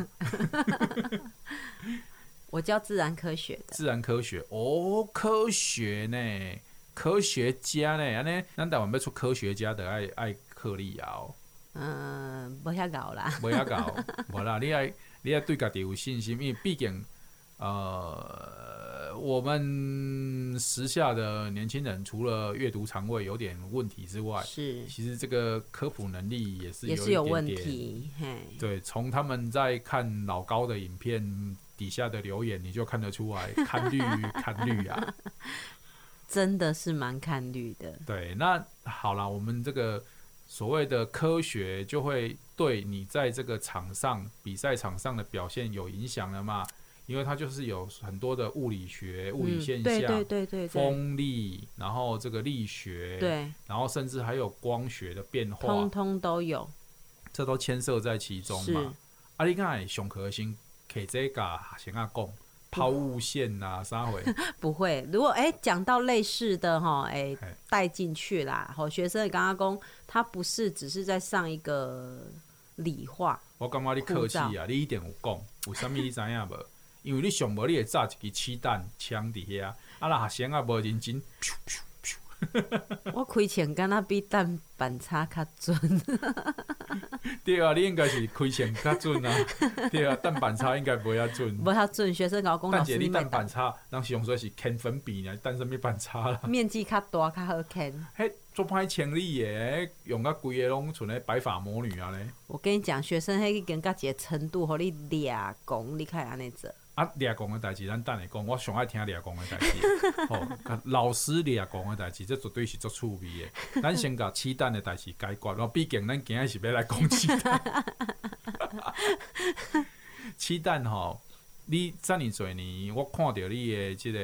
C: 我教自然科学的，
B: 自然科学哦，科学呢，科学家呢，安尼咱台湾要出科学家的爱爱克利啊、哦，
C: 嗯，不遐搞啦。
B: 袂晓 搞，无啦，你爱你爱对家己有信心，因为毕竟呃，我们时下的年轻人除了阅读肠胃有点问题之外，
C: 是
B: 其实这个科普能力也是
C: 也是
B: 一
C: 有问
B: 点点
C: 题，嘿，
B: 对，从他们在看老高的影片底下的留言，你就看得出来，看 绿看绿啊。
C: 真的是蛮看绿的。
B: 对，那好啦，我们这个所谓的科学就会对你在这个场上比赛场上的表现有影响了嘛？因为它就是有很多的物理学、物理
C: 嗯
B: 现
C: 对
B: 象、
C: 对对对对，
B: 风力，然后这个力学，
C: 对，
B: 然后甚至还有光学的变化
C: 通，通都有。
B: 这都牵涉在其中
C: 是
B: 嘛。啊，你敢会上课先，摕这个甲先啊讲抛物线呐、啊，啥货？
C: 不会，如果哎讲、到类似的哈，哎、
B: 哎
C: 带进去啦。好，学生刚刚讲他不是只是在上一个 理化，
B: 我感觉你客气啊，你一定有讲，有啥物你知影无？ 因为你上无，你会炸一支气弹枪伫遐，啊，若学生啊无认真，
C: 我开钱敢若比蛋板差较准，
B: 对啊，你应该是开枪较准 啊，对啊，弹板差应该袂遐准。
C: 无较准。学生甲我讲
B: 但
C: 老
B: 姐，
C: 师
B: 你
C: 卖
B: 弹板差，人是用说是铅粉笔呢，弹什物板差啦？
C: 面积较大较好看。
B: 嘿，做歹清理诶，用到规个拢像咧白发魔女啊咧。
C: 我跟你讲，学生迄个跟到一个程度，互你俩讲，你看安尼 做。
B: 啊，掠讲诶代志，咱等下讲。我上爱听掠讲诶代志。吼、甲老师掠讲诶代志，这绝对是足趣味诶。咱先甲鸡蛋诶代志解决，咯。毕竟咱今日是要来讲鸡 蛋。鸡蛋吼，你遮尔侪年，我看着你诶即、个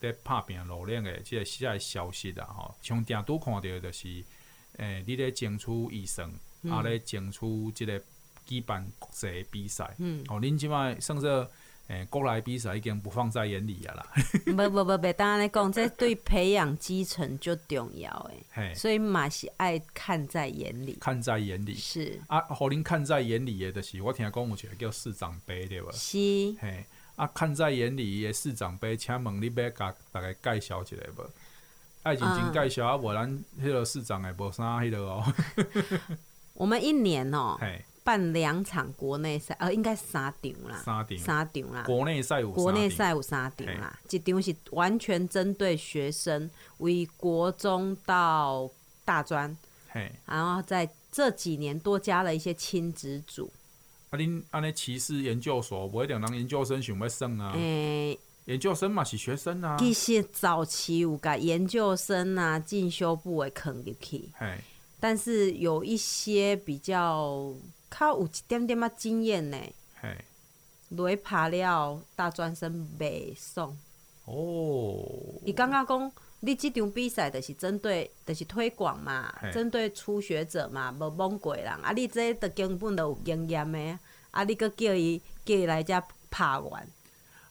B: 在拍拼努力诶即个时代消息啦吼，上定拄看着就是，诶、你咧争取医生，啊咧争取即个举办国际的比赛，
C: 嗯，
B: 哦，恁即摆算说，诶、国内比赛已经不放在眼里啊啦，
C: 无无无，袂当安尼讲，这对培养基层就重要诶，
B: 嘿，
C: 所以嘛是爱看在眼里。
B: 看在眼里。
C: 是
B: 啊，互恁看在眼里的，就是我听讲有一个叫市长杯对无？
C: 是，
B: 嘿，啊，看在眼里的市长杯，请问你要甲大家介绍一下无？爱认真
C: 嗯
B: 介绍啊，无咱迄个市长诶无啥迄个哦，
C: 我们一年哦、
B: 嘿，
C: 办两场国内赛，呃，应该三场啦，
B: 三场
C: 三场啦。
B: 国内赛有
C: 啊国
B: 三
C: 内
B: 场
C: 赛有三场啦，一场是完全针对学生，为国中到大专，
B: 嘿，
C: 然后在这几年多加了一些亲子组。
B: 啊恁安尼歧视研究所，无一定人研究生想要算啊，
C: 诶、
B: 研究生嘛是学生啊，
C: 其实早期有甲研究生啊、进修部会坑入去，
B: 嘿，
C: 但是有一些比较较有一点点仔经验呢，
B: 嘿。
C: 雷爬了大专生袂爽。
B: 哦，
C: 伊刚刚讲，你即场比赛就是针对，就是推广嘛
B: 嘿，
C: 针对初学者嘛，无蒙过人。啊，你这著根本著有经验的，啊，你搁叫伊叫伊来遮拍完，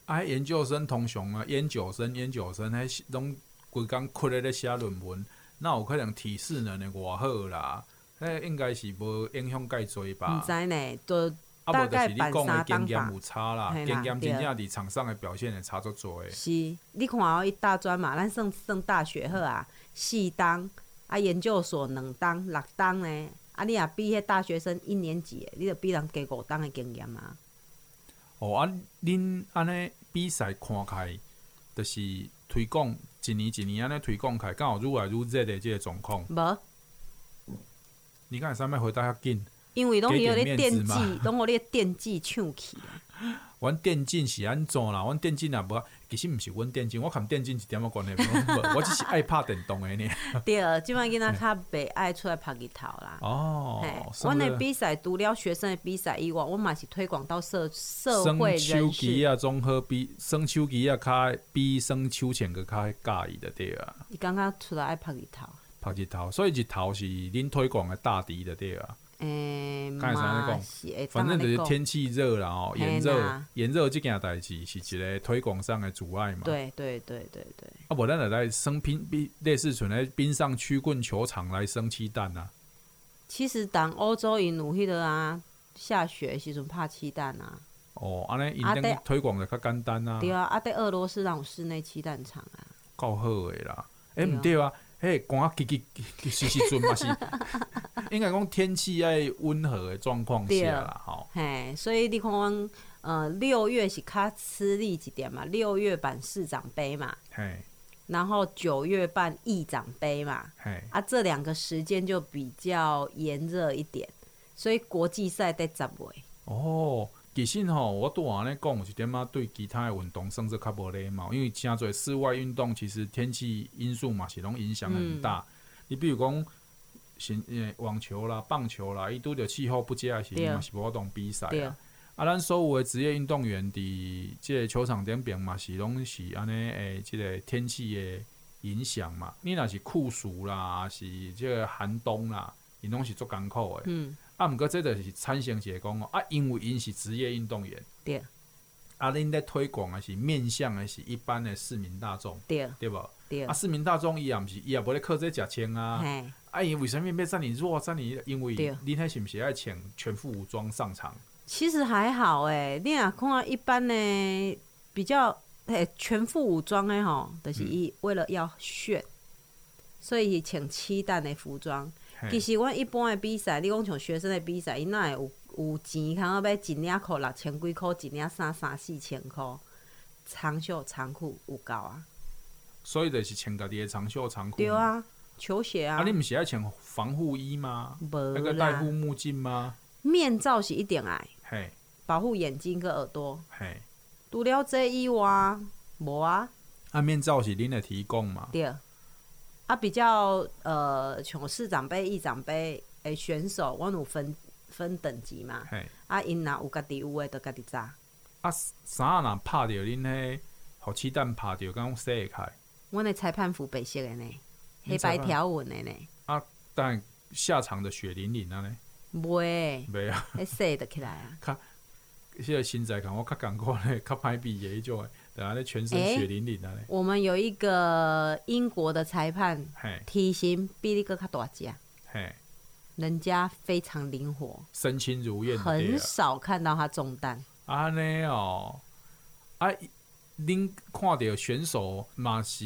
B: 啊，研究生通常啊，研究生、研究生，迄拢规工困咧咧写论文，那有可能体适能的偌好啦，迄应该是无影响介多
C: 毋
B: 吧？
C: 知呢，就
B: 啊，无就是
C: 大概
B: 你
C: 板
B: 讲的
C: 三
B: 经
C: 当
B: 验
C: 吧
B: 有差啦，
C: 嘿啦
B: 经验真
C: 对
B: 正伫场上的表现会差足多的。
C: 是你看哦，伊大专嘛，咱算算大学好啊，四档啊，研究所两档六档呢，啊，你若比迄大学生一年级的，你著比人加五档的经验啊。
B: 哦，啊，恁安尼比赛看起来，就是推广一年一年安尼推广起来，敢有愈来愈热的即个状况？
C: 无，
B: 你敢会使物回答较紧？
C: 因为拢
B: 给
C: 伊
B: 点
C: 咧
B: 面子
C: 电
B: 嘛
C: 击，拢互咧电击抢去啊。
B: 阮电竞是安怎啦？阮电竞也无，啊其实毋是阮电竞，我含电竞一点仔关系 无，我只是爱拍电动的呢。
C: 对，即摆囡仔较袂爱出来拍日头啦。
B: 哦
C: 嘿，
B: 算
C: 阮
B: 了
C: 的比赛除了学生的比赛以外，我嘛是推广到社社会
B: 耍手
C: 人
B: 机
C: 士。
B: 啊，综合比耍手机啊，较比耍手钱个较介意的对啊，
C: 伊刚刚出来爱拍日头，
B: 拍日头，所以日头是恁推广的大敌的对啊。
C: 诶、
B: 看会使安尼
C: 嘛
B: 讲
C: 是会
B: 反正
C: 当安
B: 就是
C: 尼讲。
B: 天气热啦哦，炎
C: 嘿
B: 热
C: 啦
B: 炎热即件代志是一个推广上的阻碍嘛。
C: 对对对对对，
B: 啊，无咱就来耍冰冰类似像咧冰上曲棍球场来耍鸡蛋啊。
C: 其实当欧洲因有迄个啊，下雪的时阵拍气弹啊，
B: 哦，安尼因
C: 啊对
B: 顶推广的较简单啊，
C: 对啊，啊在俄罗斯人有室内气弹场啊，
B: 够好诶啦。诶，
C: 对
B: 毋
C: 啊
B: 对啊，迄寒啊，吉吉吉吉时时阵嘛是，应该讲天气爱温和诶状况
C: 对
B: 下啦，吼。
C: 嘿，所以你看阮呃六月是较吃力一点嘛，六月办市长杯嘛，
B: 嘿，
C: 然后九月办议长杯嘛，
B: 嘿，
C: 啊，这两个时间就比较炎热一点，所以国际赛在十月。
B: 哦。其实吼，我拄安尼讲有一点仔对其他诶运动算至较无礼貌，因为诚侪室外运动其实天气因素嘛是拢影响很大。你比如讲，是呃网球啦、棒球啦，伊拄着气候不佳诶时
C: 对
B: 阵
C: 啊
B: 嘛是无法当比赛
C: 对
B: 啊。啊，咱所有的职业运动员伫即个球场顶边嘛是拢是安尼诶，即个天气的影响嘛。你若是酷暑啦，是即个寒冬啦，因拢是足艰苦的。
C: 嗯，
B: 啊，毋过这就是产生一个讲哦，啊，因为因是职业运动员，
C: 对
B: 啊，恁咧推广的是面向的是一般的市民大众，
C: 对
B: 对无？
C: 对
B: 啊，，市民大众伊也毋是，伊也无咧靠这食穿啊。
C: 嘿，
B: 啊，伊为什物要遮尔弱？遮尔因为
C: 对
B: 恁迄是毋是爱穿全副武装上场？
C: 其实还好诶，你若看一般呢，比较诶全副武装诶吼，就是伊为了要炫，所以伊穿七弹的服装。
B: 嘿
C: 其实阮一般的比赛，你讲像学生的比赛，伊哪会有有钱，通要买一领裤六千几箍，一领衫三四千箍，长袖长裤有够啊，
B: 所以就是穿家己的长袖长裤。
C: 对。啊，球鞋
B: 嗯
C: 啊
B: 啊，，你毋是爱穿防护衣吗？
C: 无
B: 那个戴
C: 啦
B: 护，目镜吗？
C: 面罩是一定爱
B: 嘿，
C: 保护眼睛跟耳朵，
B: 嘿。
C: 除了这以外，无啊，
B: 啊，面罩是恁的提供嘛？
C: 对。啊，比较呃，像市长杯、议长杯诶选手，阮有分分等级嘛。
B: 嘿。
C: 啊，因若有家己有诶，就家己扎。
B: 啊，衫若拍着恁迄互气弹拍着，敢洗会开？
C: 阮的裁判服白色的呢，
B: 你
C: 黑
B: 裁
C: 白
B: 判
C: 条纹的呢，
B: 但啊下场的血淋淋啊呢？
C: 袂，
B: 袂啊，
C: 迄洗得起来啊。
B: 迄个身材感我较艰苦咧，较歹比的迄种的，等下咧全身
C: 欸
B: 血淋淋啊咧。
C: 我们有一个英国的裁判，
B: 嘿，
C: 体型比你个较大只，
B: 嘿，
C: 人家非常灵活，
B: 身轻如燕就对
C: 很
B: 啊。
C: 少看到他中弹。
B: 安尼哦，啊，恁看着选手嘛是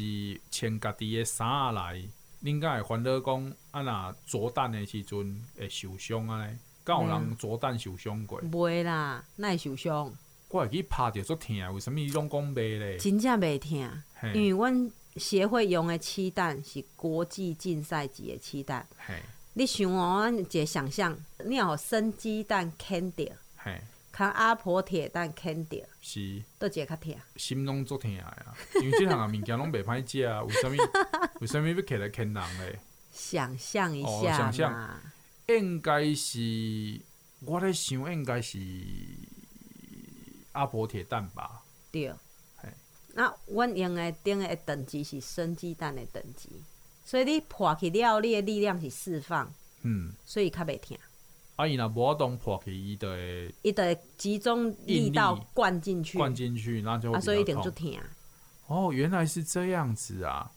B: 穿家己的衫来，恁敢会烦恼讲啊？若着弹的时阵会受伤安尼？敢有人着弹受伤过？
C: 袂啦，那会受伤，
B: 我会去拍着足疼的，为什物伊拢讲袂咧？
C: 真正袂疼，因
B: 嘿，
C: 为阮协会用的气弹是国际竞赛级的气弹。
B: 嘿，
C: 你想哦，咱有一个想象，你若有生鸡蛋啃着，
B: 嘿，
C: 扛阿婆铁蛋啃着，
B: 是
C: 倒一个较疼。
B: 心拢足疼的啊！因为即项物件拢袂歹食啊，为 什物为什物要摕来牵人咧？
C: 想象一
B: 哦
C: 下
B: 想象
C: 嘛，
B: 应该是我咧想，应该是阿婆铁蛋吧。
C: 对
B: 嘿。
C: 那阮用的顶的等级是生鸡蛋的等级，所以你破去了，你的力量是释放，
B: 嗯，
C: 所以较袂疼。
B: 啊伊若无当破去，伊就会
C: 伊得集中力道
B: 应力
C: 灌进去，
B: 灌进去，那就会
C: 啊，
B: 比
C: 所以一
B: 较
C: 定就
B: 痛。
C: 疼。
B: 哦，原来是这样子啊。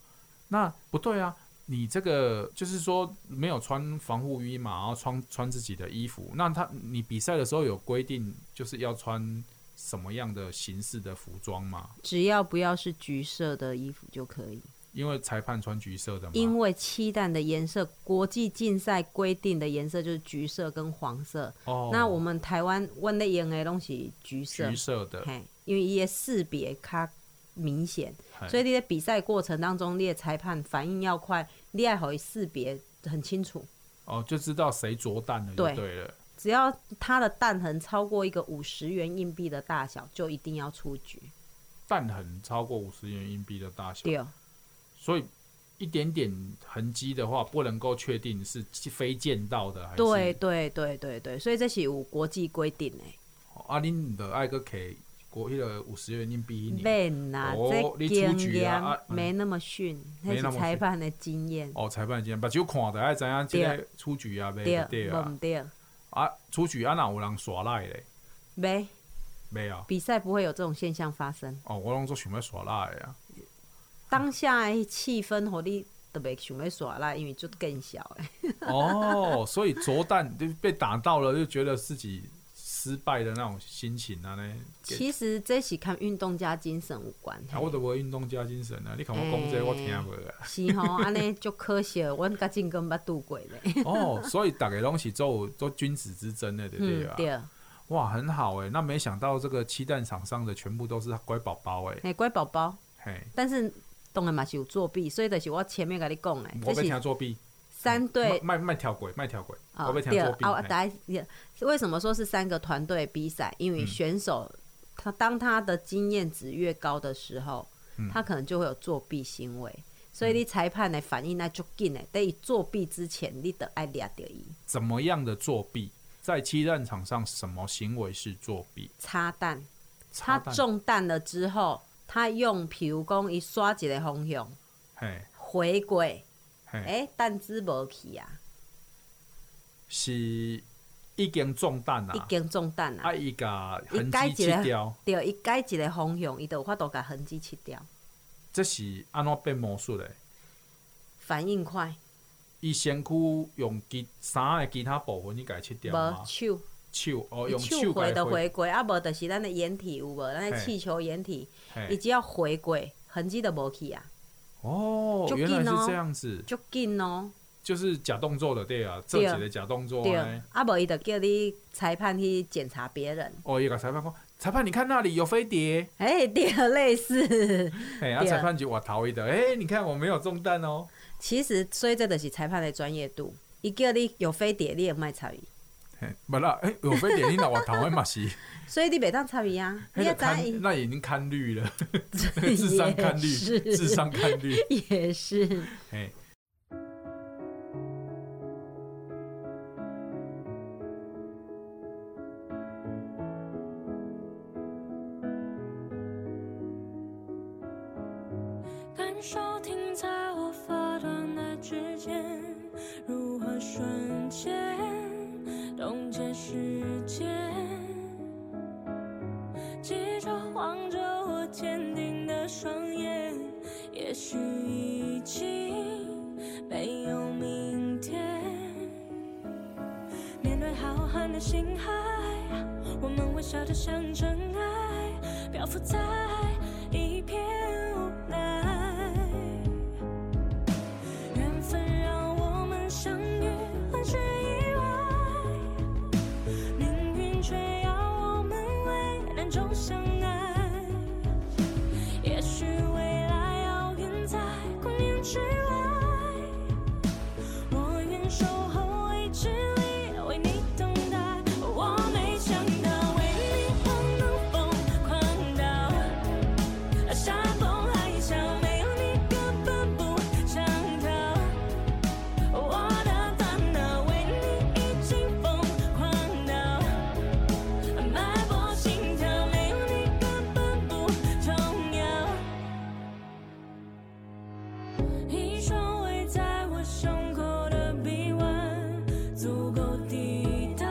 B: 那不对啊，你这个就是说没有穿防护衣嘛，然后穿穿自己的衣服。那他你比赛的时候有规定，就是要穿什么样的形式的服装吗？
C: 只要不要是橘色的衣服就可以，
B: 因为裁判穿橘色的嘛。
C: 因为鸡蛋的颜色，国际竞赛规定的颜色就是橘色跟黄色。
B: 哦，
C: 那我们台湾阮咧用的拢是橘色，
B: 橘色的，
C: 嘿，因为伊的识别较明显。
B: 嘿
C: 所以你在比赛过程当中，你的裁判反应要快，你爱好识别很清楚。
B: 哦，就知道谁着弹了就
C: 对
B: 对了。
C: 只要他的弹痕超过一个五十元硬币的大小，就一定要出局。
B: 弹痕超过五十元硬币的大小，
C: 对，
B: 所以一点点痕迹的话，不能够确定是非溅到的还是。
C: 对，对，对，对，对，所以这是有国际规定的。
B: 啊，恁的爱个给国迄个五十元硬币一年，
C: 练呐，
B: 哦
C: 这
B: 你出
C: 经
B: 局啊
C: 验
B: 啊嗯
C: 没那么逊，那
B: 没那
C: 是
B: 么
C: 裁
B: 逊
C: 判的经验。
B: 哦，裁判今天把酒看的爱知影这个出局啊，袂
C: 对
B: 就，对
C: 不
B: 啊，
C: 对？
B: 啊出局啊，哪有人耍赖嘞？
C: 没
B: 没有，
C: 比赛不会有这种现象发生。
B: 哦，我拢做想要耍赖的啊，
C: 当下的气氛，和你特别想要耍赖，因为就更小诶。
B: 哦，所以着弹就被打到了，就觉得自己失败的那种心情啊呢。
C: 其实这是跟运动家精神有关。
B: 啊，我都无运动加精神啊！你看我讲这个我听无 啊。
C: 是 吼，安尼足可惜，阮甲进根捌拄过咧。
B: 哦，所以大家拢是做做君子之争的，对不对
C: 嗯
B: 啊？，
C: 对，
B: 哇，很好哎！那没想到这个鸡蛋厂商的全部都是乖宝宝哎，
C: 嘿，乖宝宝，
B: 嘿，
C: 但是当然嘛是有作弊，所以就是我前面甲你讲诶，
B: 嗯我
C: 这
B: 被听
C: 是
B: 作弊，
C: 三队
B: 卖卖卖跳轨，卖跳轨，
C: 啊
B: 我被听
C: 对
B: 作
C: 啊
B: 弊，，
C: 我
B: 嘿
C: 大家为什么说是三个团队比赛？因为
B: 嗯
C: 选手他当他的经验值越高的时候
B: 嗯，
C: 他可能就会有作弊行为。所以你裁判的反应那足紧诶，在伊作弊之前，你得爱抓着伊
B: 怎么样的作弊？在鸡蛋厂上，什么行为是作弊？
C: 插蛋。
B: 插
C: 他
B: 蛋，
C: 中弹了之后，他用譬如讲，伊刷一个方向
B: 嘿，
C: 回过，
B: 嘿，
C: 诶、弹珠无去啊，
B: 是已经中弹
C: 已
B: 啦，
C: 经中弹
B: 啊
C: 啦，
B: 伊甲
C: 伊
B: 痕
C: 改
B: 迹
C: 一个
B: 去掉，
C: 对，伊改一个方向，伊就有法度甲痕迹去掉，
B: 这是安怎变魔术的？
C: 反应快，
B: 伊身躯用其衫的其他部分去改切掉
C: 无
B: 吗？
C: 手，
B: 手啊哦，
C: 伊
B: 用手
C: 回
B: 改
C: 的回归，啊无就是咱的掩体有无？咱的
B: 嘿
C: 气球掩体，伊
B: 嘿
C: 只要回归，痕迹就无去啊，
B: 哦，
C: 足
B: 原来
C: 紧哦
B: 是这样子，
C: 足紧哦，
B: 就是假动作的对啊，做
C: 对
B: 一个假动作
C: 对，
B: 呢。
C: 啊无伊就叫你裁判去检查别人，
B: 哦，伊甲裁判讲，裁判你看那里有飞碟，
C: 哎、对，类似，
B: 嘿，啊
C: 对啊
B: 裁判就我逃逸的，哎，你看我没有中弹哦。
C: 其实所以这就是裁判的专业度，伊叫你有飞碟，你也莫参与。
B: 嘿，不啦，哎，有飞碟，你那我逃逸嘛 是，
C: 所以你袂当参与啊，你
B: 那
C: 要
B: 个
C: 知道
B: 看
C: 伊
B: 那已经看绿 了，
C: 也
B: 智商看绿，
C: 是
B: 智商看绿，
C: 也是，
B: 嘿。
D: 感受停在我发端的指尖，如何瞬间冻结时间？记着望着我坚定的双眼，也许已经没有明天。面对浩瀚的星海，我们微小的像尘埃，漂浮在一片无奈。缘分让我们相遇，很是意外。命运却要我们为难中相爱。也许未来遥远在光年之外，我愿守候未知里，为你等待。我没想到为你我能疯狂到傻疯爱笑，没有你根本不想逃。我的烦恼为你已经疯狂到脉搏心跳，没有你根本不重要。一双围在我胸口的臂弯，足够抵挡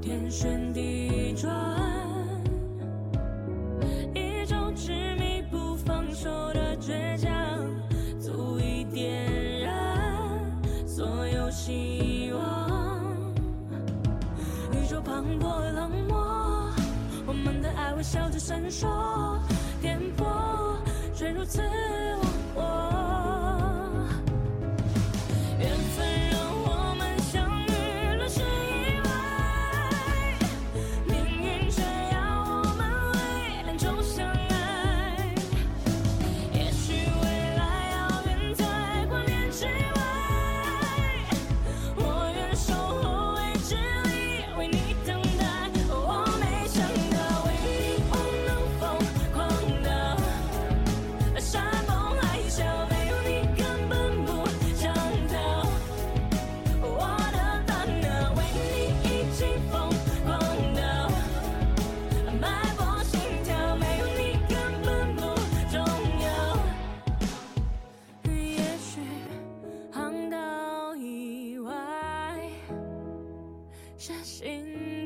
D: 天旋地转。一种执迷不放手的倔强，足以点燃所有希望。宇宙磅礴冷漠，我们的爱微笑着闪烁，颠簸却如此忘我。缘分让我们相遇，乱是意外。命运却要我们为两种相爱，也许未来遥远在光年之外，我愿守候未知里，为你等待。我没想到为你我能疯狂到山崩海啸，没有你根本不想逃。我的烦恼为你已经疯狂到脉搏心跳，没有你根本不重要。也许航道以外是醒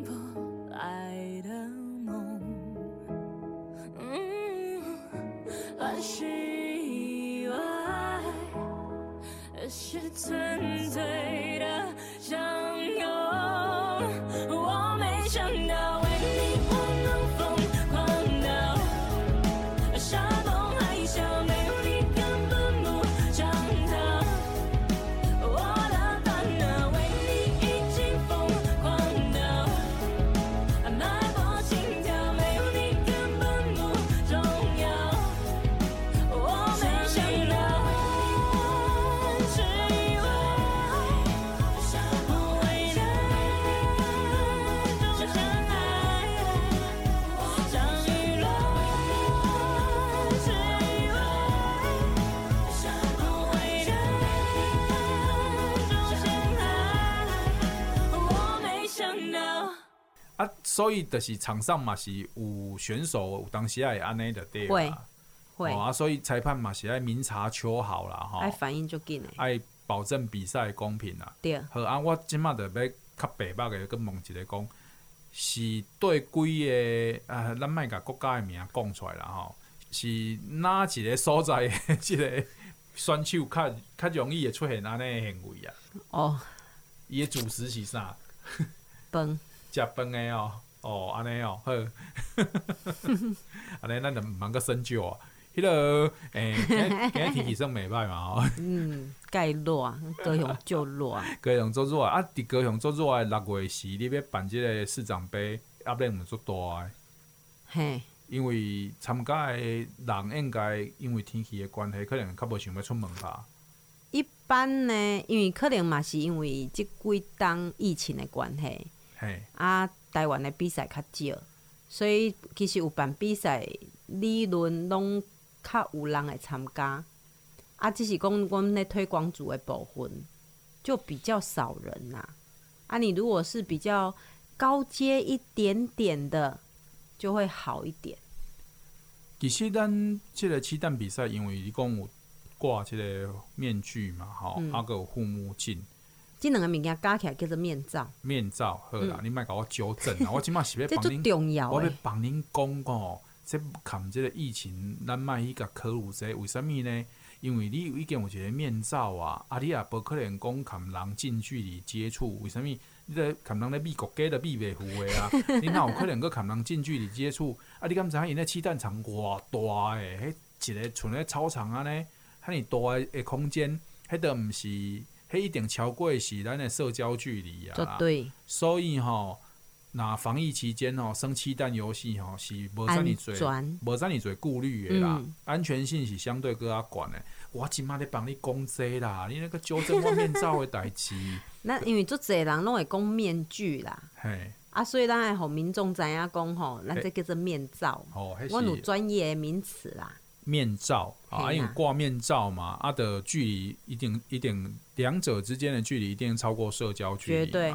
D: 不来的梦，嗯乱世以外。是纯粹的相拥。我没想到为你我能疯狂到傻疯爱笑，没有你根本不想逃。我的烦恼为你已经疯狂到脉搏心跳，没有你根本不重要。我没想到，只以为我为难中相爱，相遇了，只以为我为难中相爱，我没想到。
B: 啊，所以就是场上嘛是有选手，有当时也会安尼的对
C: 会
B: 啦。
C: 会
B: 啊
C: 哎
B: 哦、啊，所以裁判嘛是爱明察秋毫啦，
C: 爱
B: 吼，
C: 反应就紧诶，
B: 爱保证比赛的公平啦。
C: 对，
B: 好啊，我即马着要较白目诶，佮问一个讲，是对几个啊？咱莫甲国家诶名讲出来啦吼，是哪一个所在 诶？即个选手较较容易会出现安尼诶行为啊？
C: 哦，
B: 伊诶主食是啥？
C: 饭
B: 食饭诶哦，哦安尼哦，好， 安尼咱就毋茫个深究啊。迄、个诶、今日今日天气算袂歹嘛哦吼。
C: 嗯，介热，高雄就热，
B: 高雄做热的啊！伫高雄做热诶六月时，你要办即个市长杯，压力毋足大诶，
C: 嘿，
B: 因为参加诶人应该因为天气诶关系，可能较无想要出门吧。
C: 一般呢，因为可能嘛是因为即几冬疫情的关系，
B: 嘿，
C: 啊，台湾的比赛较少，所以其实有办比赛，理论拢较有人会参加，啊，只是讲阮咧推广组的部分就比较少人啦、啊，你如果是比较高阶一点点的，就会好一点。
B: 其实咱即个气弹比赛，因为伊讲有挂即个面具嘛，吼、
C: 嗯
B: 啊个有护目镜、
C: 即两个物件加起来叫做面罩，
B: 面罩，好啦，你莫甲我纠正啦，我即满是要
C: 这
B: 帮
C: 欸足
B: 恁，
C: 重要
B: 我要
C: 诶。
B: 帮恁讲哦，即含即个疫情，咱莫去甲考虑者，为什物呢？因为你有已经有一个面罩啊，啊你也无可能讲含人近距离接触，为什物你咧含人咧美国家都美袂赴的啊，你哪有可能去含人近距离接触？啊，你敢知影因咧气弹场偌大诶？迄一个像咧操场安尼，遐尼大诶诶空间，迄都毋是，迄一定超过是咱诶社交距离啊。
C: 绝对
B: 所以吼、那防疫期间吼、生气弹游戏吼是无遮
C: 安
B: 尼做，
C: 全，
B: 无遮尼做顾虑的啦，
C: 嗯
B: 安全性是相对搁较悬的。我即摆咧帮你讲这啦，你那个纠正我面罩的代志，
C: 那因为足侪人拢会讲面具啦，
B: 嘿，
C: 啊，所以咱会互民众知影讲吼，咱这叫做面罩，
B: 吼、迄
C: 阮有
B: 是
C: 专业的名词啦。
B: 面罩
C: 嘿
B: 啊，
C: 啦
B: 因为挂面罩嘛，啊的距离一定一定，两者之间的距离一定超过社交距离嘛
C: 绝对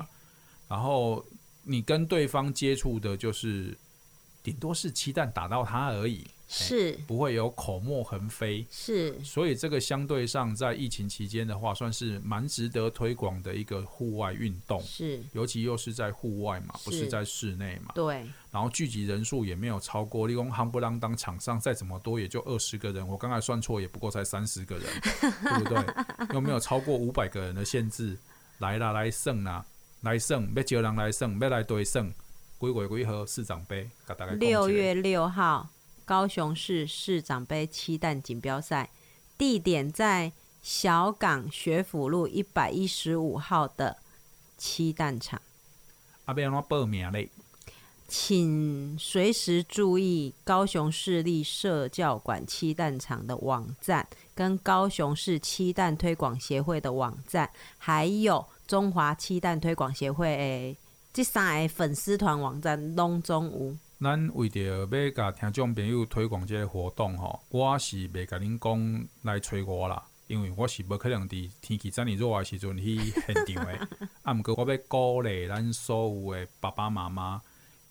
B: 然后你跟对方接触的就是，顶多是气弹打到他而已，
C: 是
B: 不会有口沫横飞。
C: 是，
B: 所以这个相对上在疫情期间的话，算是蛮值得推广的一个户外运动，
C: 是，
B: 尤其又是在户外嘛，
C: 是
B: 不是在室内嘛。
C: 对，
B: 然后聚集人数也没有超过，立功夯不啷当场上再怎么多也就二十个人，我刚才算错也不过才三十 个人，对不对？又没有超过五百个人的限制，来啦来胜啦，来胜，要招人来胜，要来对胜，几月几号市长杯，给大家讲一下
C: 六月六号高雄市市长杯七弹锦标赛，地点在小港学府路一百一十五号的七弹场。
B: 啊，要安怎报名嘞？
C: 请随时注意高雄市立社教馆七蛋场的网站，跟高雄市七蛋推广协会的网站，还有中华七蛋推广协会的这三个粉丝团网站拢总有。
B: 咱为着要甲听众朋友推广即个活动吼，我是袂甲恁讲来催我啦，因为我是无可能伫天气遮尔热诶时阵去现场诶。啊，毋过我要鼓励咱所有诶爸爸妈妈，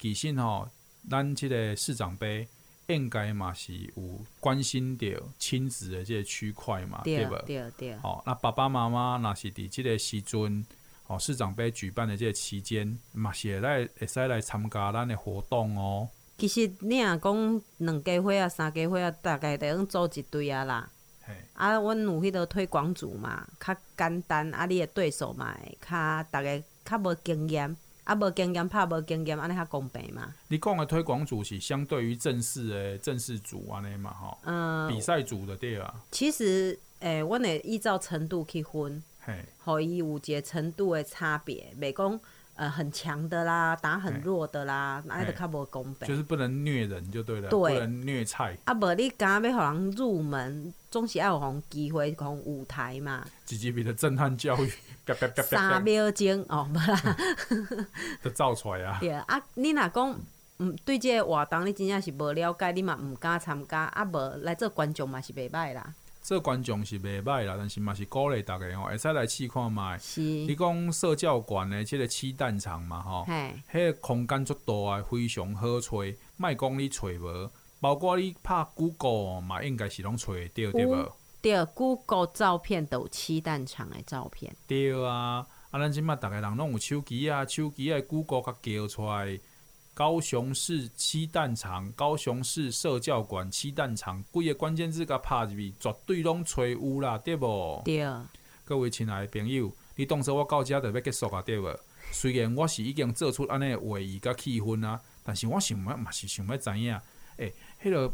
B: 其实吼，咱即个市长杯应该嘛是有关心着亲子诶即个区块嘛，对
C: 对啊
B: 无？
C: 对对，
B: 吼、那爸爸妈妈若是伫即个时阵，吼、市长杯举办的即个期间，嘛是会来会使来参加咱的活动哦。
C: 其实你若讲两家伙啊、三家伙啊，大概得用组一队啊啦。
B: 嘿，
C: 啊，阮有迄个推广组嘛，较简单，啊，你的对手嘛，会较逐个较无经验，啊，无经验拍无经验，安尼较公平嘛。
B: 你讲的推广组是相对于正式的正式组安尼嘛吼，
C: 嗯，
B: 比赛组的对啊，
C: 其实诶，阮、会依照程度去分，
B: 嘿，
C: 互伊有一个程度的差别，袂讲呃很强的啦，打很弱的啦，安尼就较无公平。
B: 就是不能虐人就对了，
C: 对
B: 不能虐菜，
C: 啊，无你敢要互人入门，总是要有互机会、互舞台嘛。
B: 直接比的震撼教 育，啪啪啪啪
C: 三
B: 啪
C: 秒钟哦，无啦，
B: 的造出来啊。
C: 对啊。你若讲嗯对即个活动你真正是无了解，你嘛毋敢参加，啊无来做观众嘛是袂歹啦，
B: 这观众是袂歹啦，但是嘛是鼓励大家吼，会使来试看卖。
C: 是。
B: 你讲社教馆的即个气弹场嘛吼，
C: 嘿，
B: 迄个空间足大啊，非常好找，
C: 啊
B: 莫讲你找无，包括你拍 Google 嘛，应该是拢找会着对无？
C: 第二 Google 照片都有气弹场的照片，
B: 对啊，啊，咱即马逐个人拢有手机啊，手机的 Google 甲叫出来，高雄市七蛋厂、高雄市社教馆七蛋厂，几个关键字甲拍入去，绝对拢揣有啦，对无？
C: 对，哦
B: 各位亲爱的朋友，你当作我到遮就要结束啊，对无？虽然我是已经做出安尼的话语甲气氛啊，但是我想要嘛是想要知影，诶、迄、落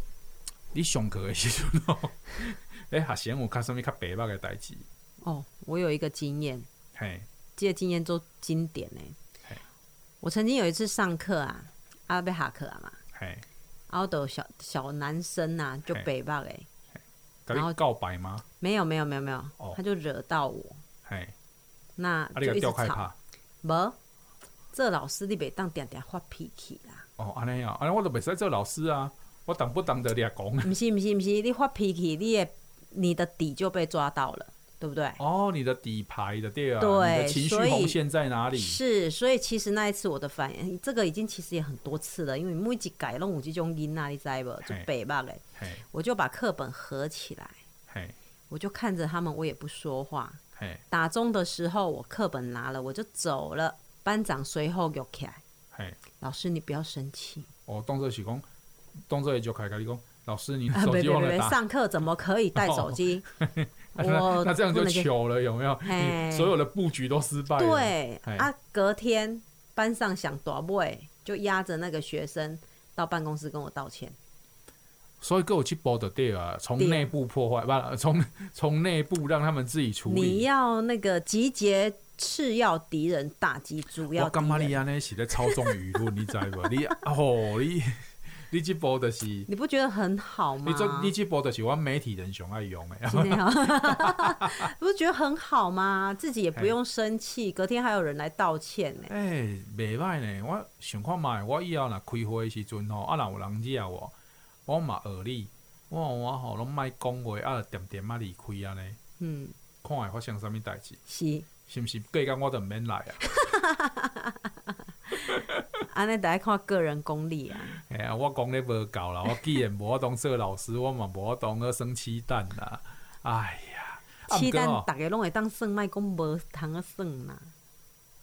B: 你上课的时阵哦， 诶、学生有较啥物较白目的代志，
C: 哦，我有一个经验，
B: 嘿，
C: 这个经验都经典呢
B: 嘿。
C: 我曾经有一次上课啊，啊被下课啊嘛，
B: 嘿，
C: 然后都有小小男生呐、啊，就
B: 嘿
C: 北霸嘞，
B: 甲
C: 然后
B: 你告白吗？
C: 没有没有没有没有，
B: 哦
C: 他就惹到我，
B: 嘿，
C: 那
B: 啊，你甲
C: 就一直
B: 吊开
C: 吵
B: 拍。。
C: 无，这老师你袂当定定发脾气啦，
B: 哦，安尼啊，安尼我都袂使做老师啊，我当不当着你也讲。
C: 毋是毋是毋是，你发脾气，你的你的底就被抓到了，对不对？
B: 哦，你的底牌的对啊，
C: 对
B: 你的情绪
C: 所以
B: 红线在哪里？
C: 是，所以其实那一次我的反应，这个已经其实也很多次了，因为每一改拢有这种音啊，你知无？就
B: 嘿
C: 北目嘞，
B: 嘿，
C: 我就把课本合起来，
B: 嘿，
C: 我就看着他们，我也不说话。
B: 嘿，
C: 打钟的时候，我课本拿了，我就走了。班长随后就起来，
B: 嘿，
C: 老师你不要生气，
B: 我当做是讲，当做就开甲你讲，老师你
C: 啊，
B: 手
C: 别
B: 机
C: 别
B: 忘了
C: 别，
B: 打，
C: 上课怎么可以带 手机？我
B: 那这样
C: 不
B: 就
C: 能接
B: 糗了，有没有？
C: 嘿
B: 你所有的布局都失败了。
C: 对
B: 嘿
C: 啊，隔天班上想大尾，就压着那个学生到办公室跟我道歉。
B: 所以各有去波的对啊，从
C: 对
B: 内部破坏，不，从从内部让他们自己处
C: 你
B: 理。
C: 要那个集结次要敌人，打击主要
B: 我
C: 敌
B: 感觉你啊
C: 人。
B: 安尼是在操纵舆论，你知无？你哦，你你这波的是。
C: 你不觉得很好吗？
B: 你这你这波就是我媒体人上爱用的，
C: 今天好不是觉得很好吗？自己也不用生气，隔天还有人来道歉呢。
B: 哎，袂歹呢。我想看卖，我以后若开会的时阵吼，啊，若有人惹我，我嘛学你，我我吼拢莫讲话，啊，点点啊离开安尼，
C: 嗯，
B: 看会发生啥物代志，
C: 是，
B: 是毋是？过工我就毋免来啊。
C: 安尼大家看个人功力啊。
B: 哎呀，我讲咧无够啦，我既然无法当做老师，我嘛无法当去生鸡蛋啦。哎呀，啊
C: 鸡
B: 毋过
C: 蛋
B: 吼
C: 大家拢会当算，卖讲无通啊算啦。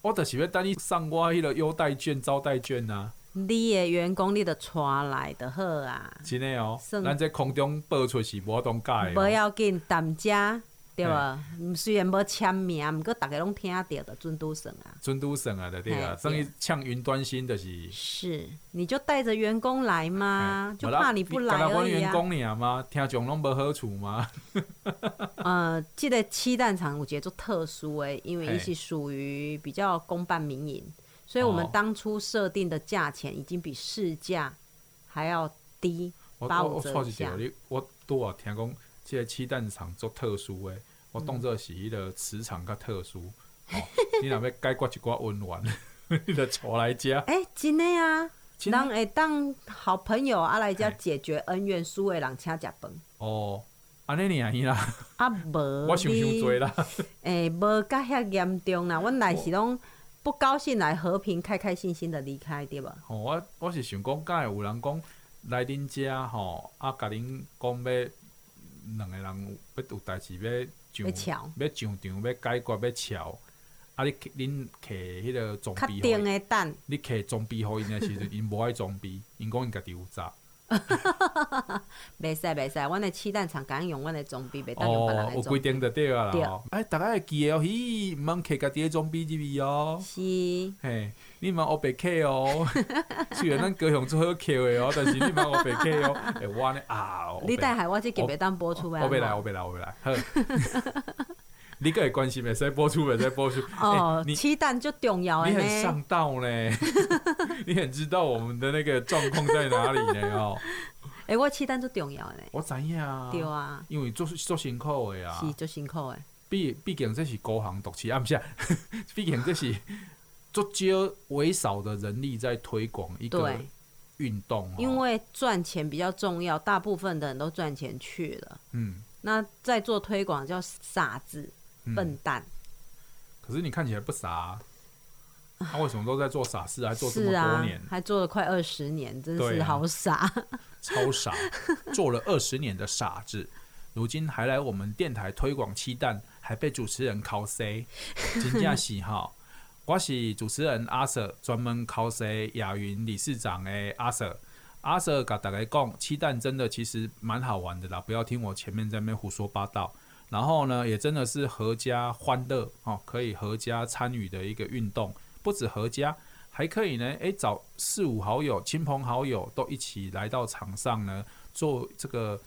B: 我就是要等你送我迄个优待券、招待券啊。
C: 你的员工你的带来的好啊，
B: 真的哦，
C: 算
B: 咱这空中播出是无当假的、
C: 不
B: 哦。
C: 要紧，谈家啊对吧？
B: 哎
C: 虽然无签名，毋过大家拢听着的准都算啊。
B: 尊都省啊，对对啊，
C: 嘿
B: 等于呛云端新就是。
C: 是，你就带着员工来嘛
B: 嘿，
C: 啊就
B: 没啦
C: 怕你不来
B: 敢若阮
C: 而已
B: 员
C: 啊。
B: 工尔吗？听众拢无好处吗？
C: 呃，记得七蛋厂有一个做特殊诶，因为
B: 嘿
C: 伊是属于比较公办民营，所以我们
B: 哦
C: 当初设定的价钱已经比市价还要低。
B: 我
C: 八
B: 我
C: 五
B: 我
C: 折
B: 错
C: 以
B: 一
C: 下
B: 条，你我拄啊听讲，即个气蛋厂做特殊诶，我当做是迄个磁场较特殊。哦，你若要解决一寡温暖， 你就坐来 遮。
C: 诶、真的啊，
B: 真的哎
C: 人会当好朋友啊来遮
B: 嘿
C: 解决恩怨，输诶人请食饭。
B: 哦，安尼尔伊啦，
C: 啊，无
B: 我想想多啦。
C: 诶，无甲遐严重啦，阮来是拢不高兴来和平开开心心的离开，对无？
B: 吼、哦我我是想讲，敢会有人讲来恁遮吼，啊，甲恁讲要两个人有要有代志要
C: 要
B: 上
C: 吵
B: 要上场要解决要吵，啊，你恁摕迄个装
C: 较
B: 备互
C: 定
B: 因，
C: 诶蛋，
B: 你摕装备互因的时阵， 因无爱装备，因讲因家己有炸。
C: 袂使袂使，阮诶气蛋厂敢用阮诶装备，袂当用别人
B: 哦，
C: 诶
B: 有
C: 装
B: 规
C: 备。
B: 定就对啊啦。
C: 对
B: 吼哎，逐个会记得哦，咦，毋通摕家己的装备入去哦。
C: 是，
B: 嘿，你嘛学白客哦， 虽然咱高雄做好客的哦，但是你嘛学白客哦，会我安尼啊，黑
C: 你
B: 白
C: 等下我这集袂当播出啊来。
B: 我袂来，我袂来，我袂来。好， 你个会关心，袂使播出，袂使播出。
C: 哦
B: 欸，你
C: 气蛋就重要诶
B: 你很
C: 呢。
B: 上道 呢，你很知道我们的那个状况在哪里呢？哦，
C: 诶，我气蛋就重要诶呢。
B: 我知影啊，
C: 对啊，
B: 因为做做辛苦的啊，
C: 是足辛苦诶。
B: 毕毕竟这是高行独市啊，不是啊， 毕竟这是足少为少的人力在推广一个哦
C: 对
B: 运动、哦，
C: 因为赚钱比较重要，大部分的人都赚钱去了。
B: 嗯，
C: 那在做推广叫傻子、
B: 嗯
C: 笨蛋，
B: 可是你看起来不傻、 啊，他、为什么都在做傻事，还做这么
C: 是
B: 多
C: 啊
B: 年？，
C: 还做了快二十年，真
B: 对
C: 是
B: 啊
C: 好傻。
B: 超傻，做了二十年的傻子。如今还来我们电台推广气蛋，还被主持人 cos，真正是哈。 我是主持人阿 Sir，专门 cos 亚云理事长的阿 Sir。阿 Sir 甲大家讲，气蛋真的其实蛮好玩的啦，不要听我前面在那边胡说八道。然后呢，也真的是合家欢乐哦，可以合家参与的一个运动，不止合家，还可以呢，诶，找四五好友、亲朋好友都一起来到场上呢，做这个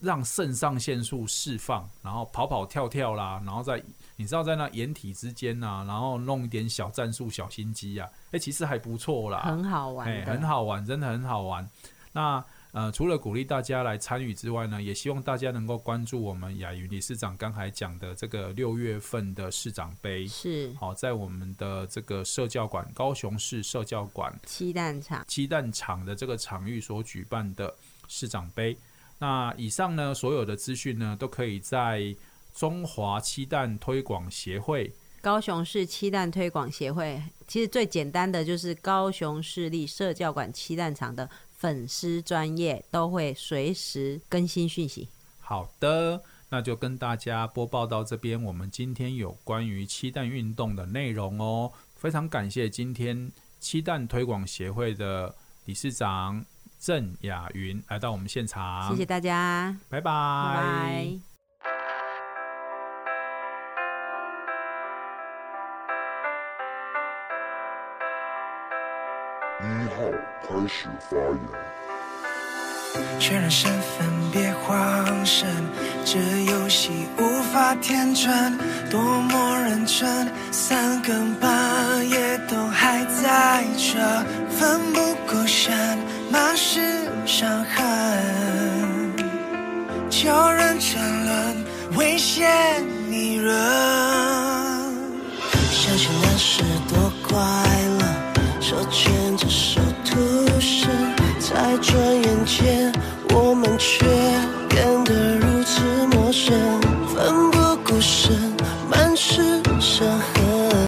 B: 让肾上腺素释放，然后跑跑跳跳啦，然后在你知道在那掩体之间呐、然后弄一点小战术、小心机啊，诶，其实还不错啦，
C: 很好玩
B: 哎，
C: 的，
B: 很好玩，真的很好玩。那呃，除了鼓励大家来参与之外呢，也希望大家能够关注我们雅云理事长刚才讲的这个六月份的市长杯。
C: 是
B: 好，在我们的这个社教馆，高雄市社教馆
C: 鸡蛋厂，
B: 鸡蛋厂的这个场域所举办的市长杯。那以上呢，所有的资讯呢，都可以在中华鸡蛋推广协会
C: 高雄市鸡蛋推广协会，其实最简单的就是高雄市立社教馆鸡蛋厂的粉丝专业都会随时更新讯息。
B: 好的，那就跟大家播报到这边，我们今天有关于七蛋运动的内容哦。非常感谢今天七蛋推广协会的理事长郑雅云来到我们现场，
C: 谢谢大家，
B: 拜拜，
C: 拜
B: 啊拜
C: 拜。
E: 一号开始发言。
F: 确认身份，别慌神，这游戏无法天真，多么认真，三更半夜都还在这，奋不顾身，满是伤痕，就认沉沦，危险迷人。想起那时多快乐，手牵着手徒生，才转眼间我们却变得如此陌生，奋不顾身，满是伤痕。